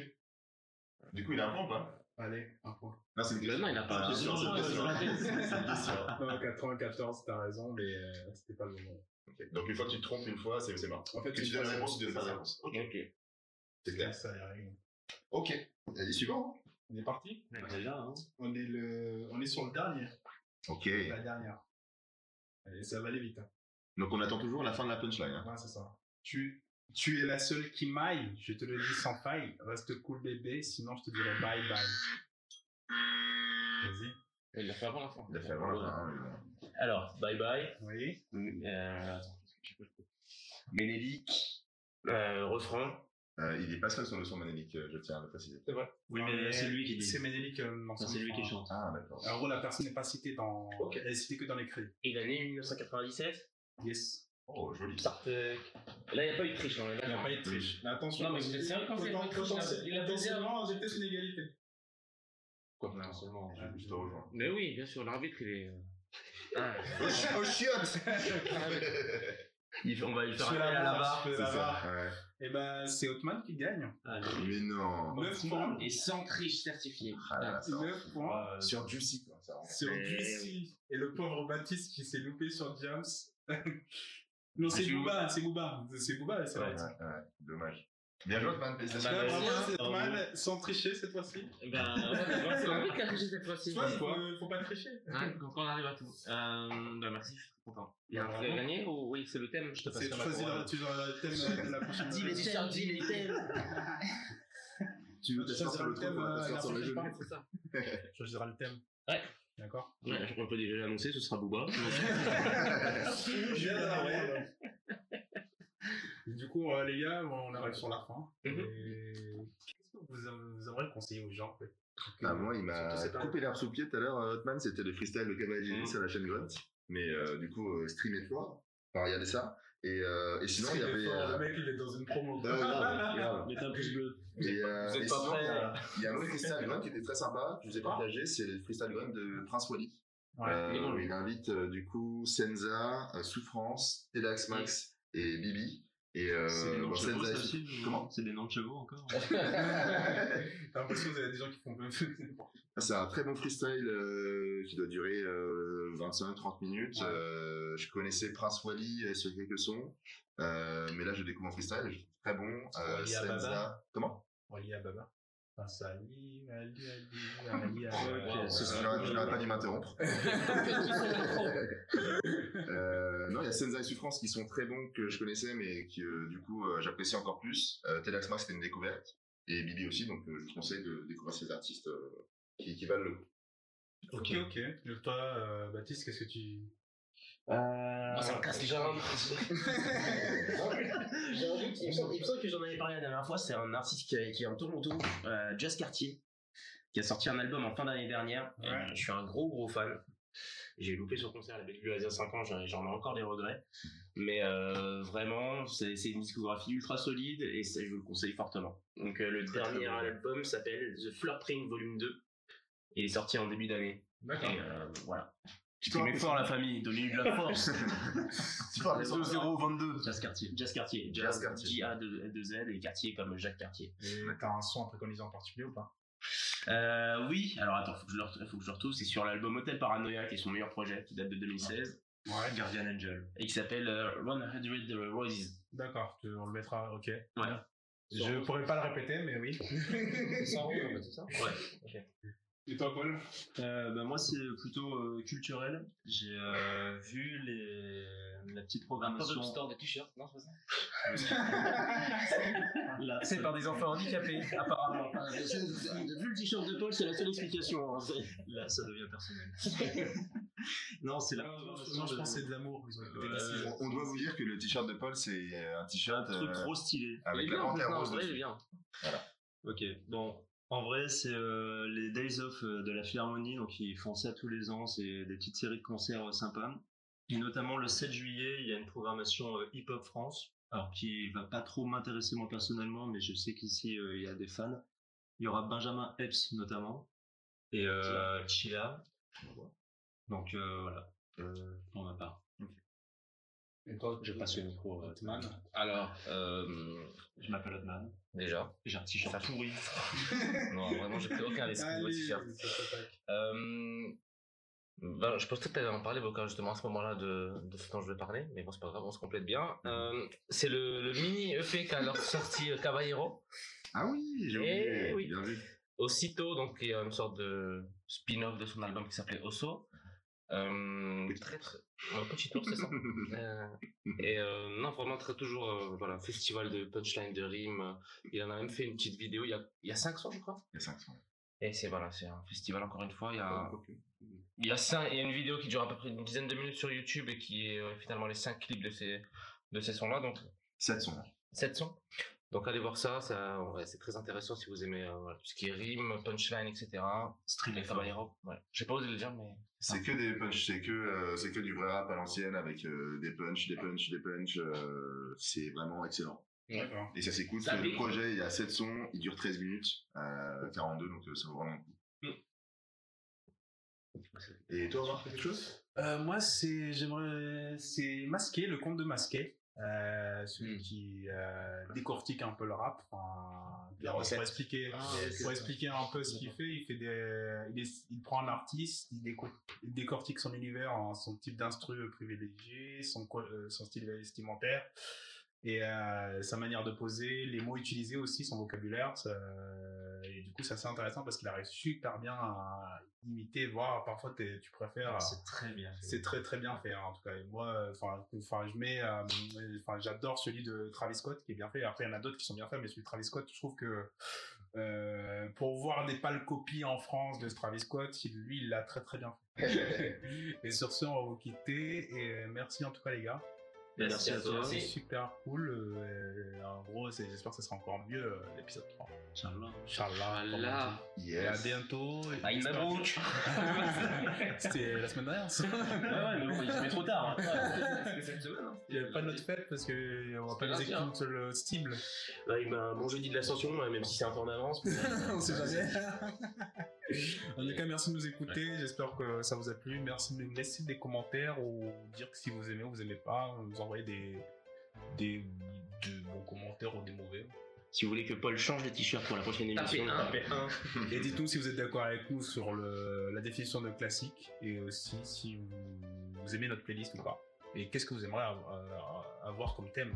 du coup, il a un point ou pas
Allez, un point.
Non, c'est une
Bah
question. Ah,
non, il a pas.
C'est une question, c'est une question. C'est une question.
Non, 94, t'as raison, mais euh, c'était pas le moment.
Ok. Donc, une fois que tu te trompes une fois, c'est c'est mort.
En fait,
Que
une
tu donnes
fois,
la réponse,
c'est-
tu donnes pas la réponse. Ok.
Ok.
C'est
C'est
clair.
ça, les règles.
Ok. Allez, suivant.
On est parti
Déjà, hein.
on est, le... on est sur le dernier.
Ok.
La dernière. Allez, ça va aller vite. hein.
Donc, on attend toujours la fin de la punchline. hein.
Ouais, c'est ça. Tu... tu es la seule qui m'aille, je te le dis sans faille. Reste cool, bébé, sinon je te dirai bye bye. Vas-y.
Il l'a fait avant la fin.
Il l'a fait avant la fin. hein, mais bon.
Alors, bye bye.
Oui.
Euh, Ménélique. Euh, refrain.
Euh, il est pas seul sur le son manélique, euh, je tiens à le préciser.
Oui, mais c'est lui qui dit.
C'est Ménélique. euh, non,
Enfin, c'est lui qui
enfin,
chante.
Ah, d'accord.
En gros, la personne n'est pas citée dans.
Ok.
Elle est citée que dans les crédits.
Et l'année 1997.
Yes.
Oh, joli.
Starfuck. Là, il n'y a pas eu de triche. hein, On
Il
est
n'y a
d'accord.
pas eu de triche. Mais attention.
Non, mais
parce
c'est
que
sérieux quand c'est
potent-
pas de triche,
potent-
il a baisé
Potentiellement, j'ai peut-être une égalité.
Quoi, potentiellement.
Je, je te rejoins.
Mais oui, bien sûr, l'arbitre, il est. Ah,
Oh, chi- oh, chiotte
Il fait- on va lui faire
Tu fais
appel
la
à la
barre,
barre.
tu fais
C'est
la barre.
ça, ouais.
Et ben, c'est Hotman qui gagne.
Allez.
Mais non.
9 points.
et sans triche certifiée.
bah, Ah là là, ça
9 points
Euh,
Sur Juicy, quoi. Ça rend-
sur
Et-
Juicy. Et le pauvre Baptiste qui s'est loupé sur James. non, c'est
c'est
Booba, c'est Booba. C'est Booba, c'est
Ouais,
vrai.
ouais, ouais. Dommage. Bien joué, man.
Ouais,
Félicitations.
Bah,
bravo,
merci,
c'est
hein.
Hotman, sans tricher cette fois-ci.
Ben,
C'est l'arbitre qui a triché cette
Tu
fois-ci.
vois, il
Comme
faut,
quoi.
euh, faut pas tricher.
Hein, quand on arrive à tout. Euh, bah merci, je suis très content. Il y a un truc à
Vraiment
gagner ou oui, c'est le thème Je te passe
C'est
la
choisir
hein.
parole.
le tu auras le thème de la prochaine.
Dis les thèmes, dis les thèmes.
Tu veux
Tu
t'asseoir
choisiras
sur le
le
trône,
thème.
on va
euh,
t'asseoir
la
sur la
prochaine
genou.
fois, c'est ça. Tu choisiras le thème.
Ouais.
D'accord.
Ouais, je crois qu'on peut déjà l'annoncer, ce sera Booba.
Julien Darmanin. Du coup, euh, les gars, on arrive sur la fin.
Mhm.
Et Qu'est-ce que vous, aim- vous aimeriez conseiller aux gens en fait
Bah, moi, il m'a
Surtout cette
coupé l'herbe sous le pied tout à l'heure, euh, Hotman. C'était le freestyle de Cavalier
Mhm.
sur la chaîne Grunt. Mais euh, du coup, euh, streamez-toi. Enfin, regardez ça. Et, euh, et sinon, il y
Parce qu'il
avait.
est fort,
euh,
Le mec, il est dans une promo.
Ouais, ouais,
Ah,
grave, grave.
euh, Mettez un pouce bleu.
Et, euh,
Vous êtes
et
pas
sinon,
prêts,
il y a-
là.
il y, a un autre freestyle grunt qui était très sympa, que je vous ai partagé, c'est le freestyle grunt de Prince Wally.
Ouais,
Euh,
il est bon,
où il invite euh, du coup Senza, euh, Souffrance, Telax Max et Bibi. Et euh,
C'est des noms
bon,
de chevaux,
Senza
ça
est-
aussi ou-
Comment
C'est des noms de chevaux encore
T'as l'impression que vous avez des gens qui font plein de
C'est un très bon freestyle euh, qui doit durer euh, 25-30 minutes.
Ouais.
Euh, je connaissais Prince Wally euh, sur quelques sons, euh, mais là je découvre en freestyle, je trouve très bon. Euh,
Wally Ababa.
Senza, comment
Relié à Baba. Ali, Ali,
Ali, Ali, Ali.
Ce sera- je n'arrête pas d'y m'interrompre. Euh, non, il y a Senza et Souffrance qui sont très bons que je connaissais, mais qui euh, du coup euh, j'apprécie encore plus. Euh, Ted Axmar, c'était une découverte, et Bibi aussi, donc euh, je vous conseille de découvrir ces artistes euh, qui, qui valent le coup.
Ok, ok. Et Toi, euh, Baptiste, qu'est-ce que tu.
Moi, Ah, ça me casse les jambes. J'ai un doute, il me semble- il me semble que j'en avais parlé la dernière fois, c'est un artiste qui, qui est en Toronto, euh, Just Cartier, qui a sorti un album en fin d'année dernière. Et, euh, je suis un gros gros fan. J'ai loupé son concert avec lui il y a 5 ans, j'en j'en ai encore des regrets. Mais euh, vraiment, c'est c'est une discographie ultra solide et ça, je vous le conseille fortement. Donc euh, le dernier album s'appelle The Fleur Print Volume 2. Il est sorti en début d'année.
D'accord.
Et, euh, voilà. Exprimez fort la famille, donnez-lui de la force.
Tu parles des
22. Jazz Cartier. Jazz Cartier.
Jazz
Jazz
Cartier.
J-A-2-Z et Cartier comme Jacques Cartier.
T'as un son à préconiser en particulier ou pas
Euh, oui, alors attends, faut que je le, ret- faut que je le retrouve. C'est sur l'album Hotel Paranoia, qui est son meilleur projet, qui date de 2016.
Ouais,
Guardian Angel. Et qui s'appelle euh, 100 Roses.
D'accord, tu- on le mettra, ok.
Ouais.
Je pourrais pas le répéter, mais oui.
Ouais.
Et toi, Paul
Euh, bah, moi, c'est plutôt euh, culturel. J'ai euh, vu les... la petite programmation.
store de t-shirts, non, c'est pas ça
La-
C'est par des enfants handicapés, apparemment.
Ah, je sais, Vu le t-shirt de Paul, c'est la seule explication. hein, c'est-
Là, ça devient personnel. non, c'est la programmation.
Non, je
de-
pense que c'est de l'amour. Ils ont écouté la
Euh,
On, on doit vous dire que le t-shirt de Paul, c'est euh, un t-shirt
truc
euh,
trop stylé.
Ah,
avec
Il est
la
bien,
panthère
non, en
rose
vrai, il est
dessus.
bien.
Ok, bon. En vrai, c'est euh, les Days Off euh, de la Philharmonie, donc ils font ça tous les ans, c'est des petites séries de concerts euh, sympas. Et notamment le 7 juillet, il y a une programmation euh, Hip Hop France, alors qui va pas trop m'intéresser moi personnellement, mais je sais qu'ici euh, il y a des fans. Il y aura Benjamin Epps notamment, et euh, Chila. Donc euh, voilà, euh, pour ma part.
Et toi,
Je passe le micro. euh,
Batman.
Alors, euh,
Je m'appelle Otman,
déjà,
j'ai un t-shirt
Ça-
pourri.
non, vraiment, j'ai pris aucun risque niveau t-shirt. Euh, ben, je pense que tu avais en parlé, Bocard, justement, à ce moment-là, de, de ce dont je vais parler, mais bon, c'est pas grave, on se complète bien. Euh, c'est le, le mini E EP qu'a alors sorti euh, Caballero,
Ah oui, j'ai
Eh
oublié.
oui.
Bien vu.
aussitôt, donc, il y a une sorte de spin-off de son album qui s'appelait Osso. Euh, très, très, un petit tour, c'est ça. Euh, et euh, non, vraiment, très toujours, euh, voilà, festival de punchline, de rime. Il en a même fait une petite vidéo il y a, il y a 500, je crois.
Il y a 500.
Et c'est voilà, c'est un festival, encore une fois, il y a. Il y a cinq, il y a une vidéo qui dure à peu près une dizaine de minutes sur YouTube et qui est euh, finalement les cinq clips de ces, de ces sons-là, donc
700.
700. Donc allez voir ça, ça ouais, c'est très intéressant si vous aimez euh, voilà, tout ce qui est rime, punchline, etc.
Stream
Les Caballero, ouais. J'ai pas osé le dire, mais
C'est que des punchs, c'est que, euh, c'est que du vrai rap à l'ancienne avec euh, des punchs, des punchs, des punchs. euh, c'est vraiment excellent.
D'accord.
Et ça s'écoute.
Ça
le
pique.
projet, il y a 7 sons, il dure 13 minutes, euh, 42, donc euh, ça vaut vraiment le coup. Et toi, Marc, quelque chose
Euh, moi, c'est j'aimerais c'est Masqué, le conte de Masqué, euh, celui
Hmm.
Mm.
qui euh, décortique un peu le rap. Enfin,
La
pour
recette.
expliquer,
Ah, ok,
pour
ça.
expliquer un peu ce qu'il fait, il fait des, il, est- il prend un artiste, il, déco- il décortique son univers, en son type d'instru privilégié, son co- euh, son style vestimentaire et euh, sa manière de poser, les mots utilisés aussi, son vocabulaire. ça- euh, et du coup, c'est assez intéressant parce qu'il arrive super bien à imiter, voire parfois t'es- tu préfères. euh,
C'est très bien.
C'est très très bien fait hein, en tout cas. Et moi, euh, enfin, enfin, je mets, euh, enfin, j'adore celui de Travis Scott qui est bien fait. Après, il y en a d'autres qui sont bien faits, mais celui de Travis Scott, je trouve que euh, pour voir des pâles copies en France de ce Travis Scott, il- lui, il l'a très très bien fait. et sur ce, on va vous quitter. Et euh, merci en tout cas les gars.
Merci, à toi.
C'est super cool. euh, et en gros, c'est- j'espère que ça sera encore mieux euh, l'épisode 3.
Inch'Allah.
Inch'Allah. comme on
Voilà.
dit. Et à
Yes.
bientôt. et
Ah, il m'a
j'espère que-
manque.
C'était la semaine dernière. ça.
Ouais, Ah ouais, mais bon, il se met trop tard. hein.
hein.
Il n'y avait pas notre fête parce que on va pas les
C'était lundi, hein.
écoutes le Steam.
Bah,
Ouais, il m'a- bon jeudi de l'ascension, ouais, même si c'est un peu en
hein.
avance.
on sait jamais. en tout cas, merci de nous écouter. J'espère que ça vous a plu. Merci de nous laisser des commentaires ou dire que si vous aimez ou vous aimez pas, vous envoyez des des de bons commentaires ou des mauvais.
Si vous voulez que Paul change de t-shirt pour la prochaine
Tapez
émission,
un.
tapez un.
Et dites-nous si vous êtes d'accord avec nous sur le, la définition de classique et aussi si vous, vous aimez notre playlist ou pas. Et qu'est-ce que vous aimeriez avoir, avoir comme euh, thème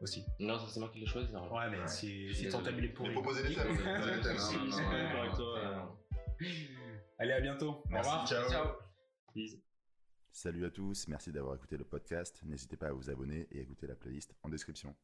aussi.
Non, ça, c'est moi qui l'ai choisi. normalement.
Ouais, mais si,
Je suis
si ton
désolé.
thème il est pourri.
Non, non, non, non, non, non, non, non.
Allez, à bientôt. Au revoir.
Salut à tous, merci d'avoir écouté le podcast. N'hésitez pas à vous abonner et à écouter la playlist en description.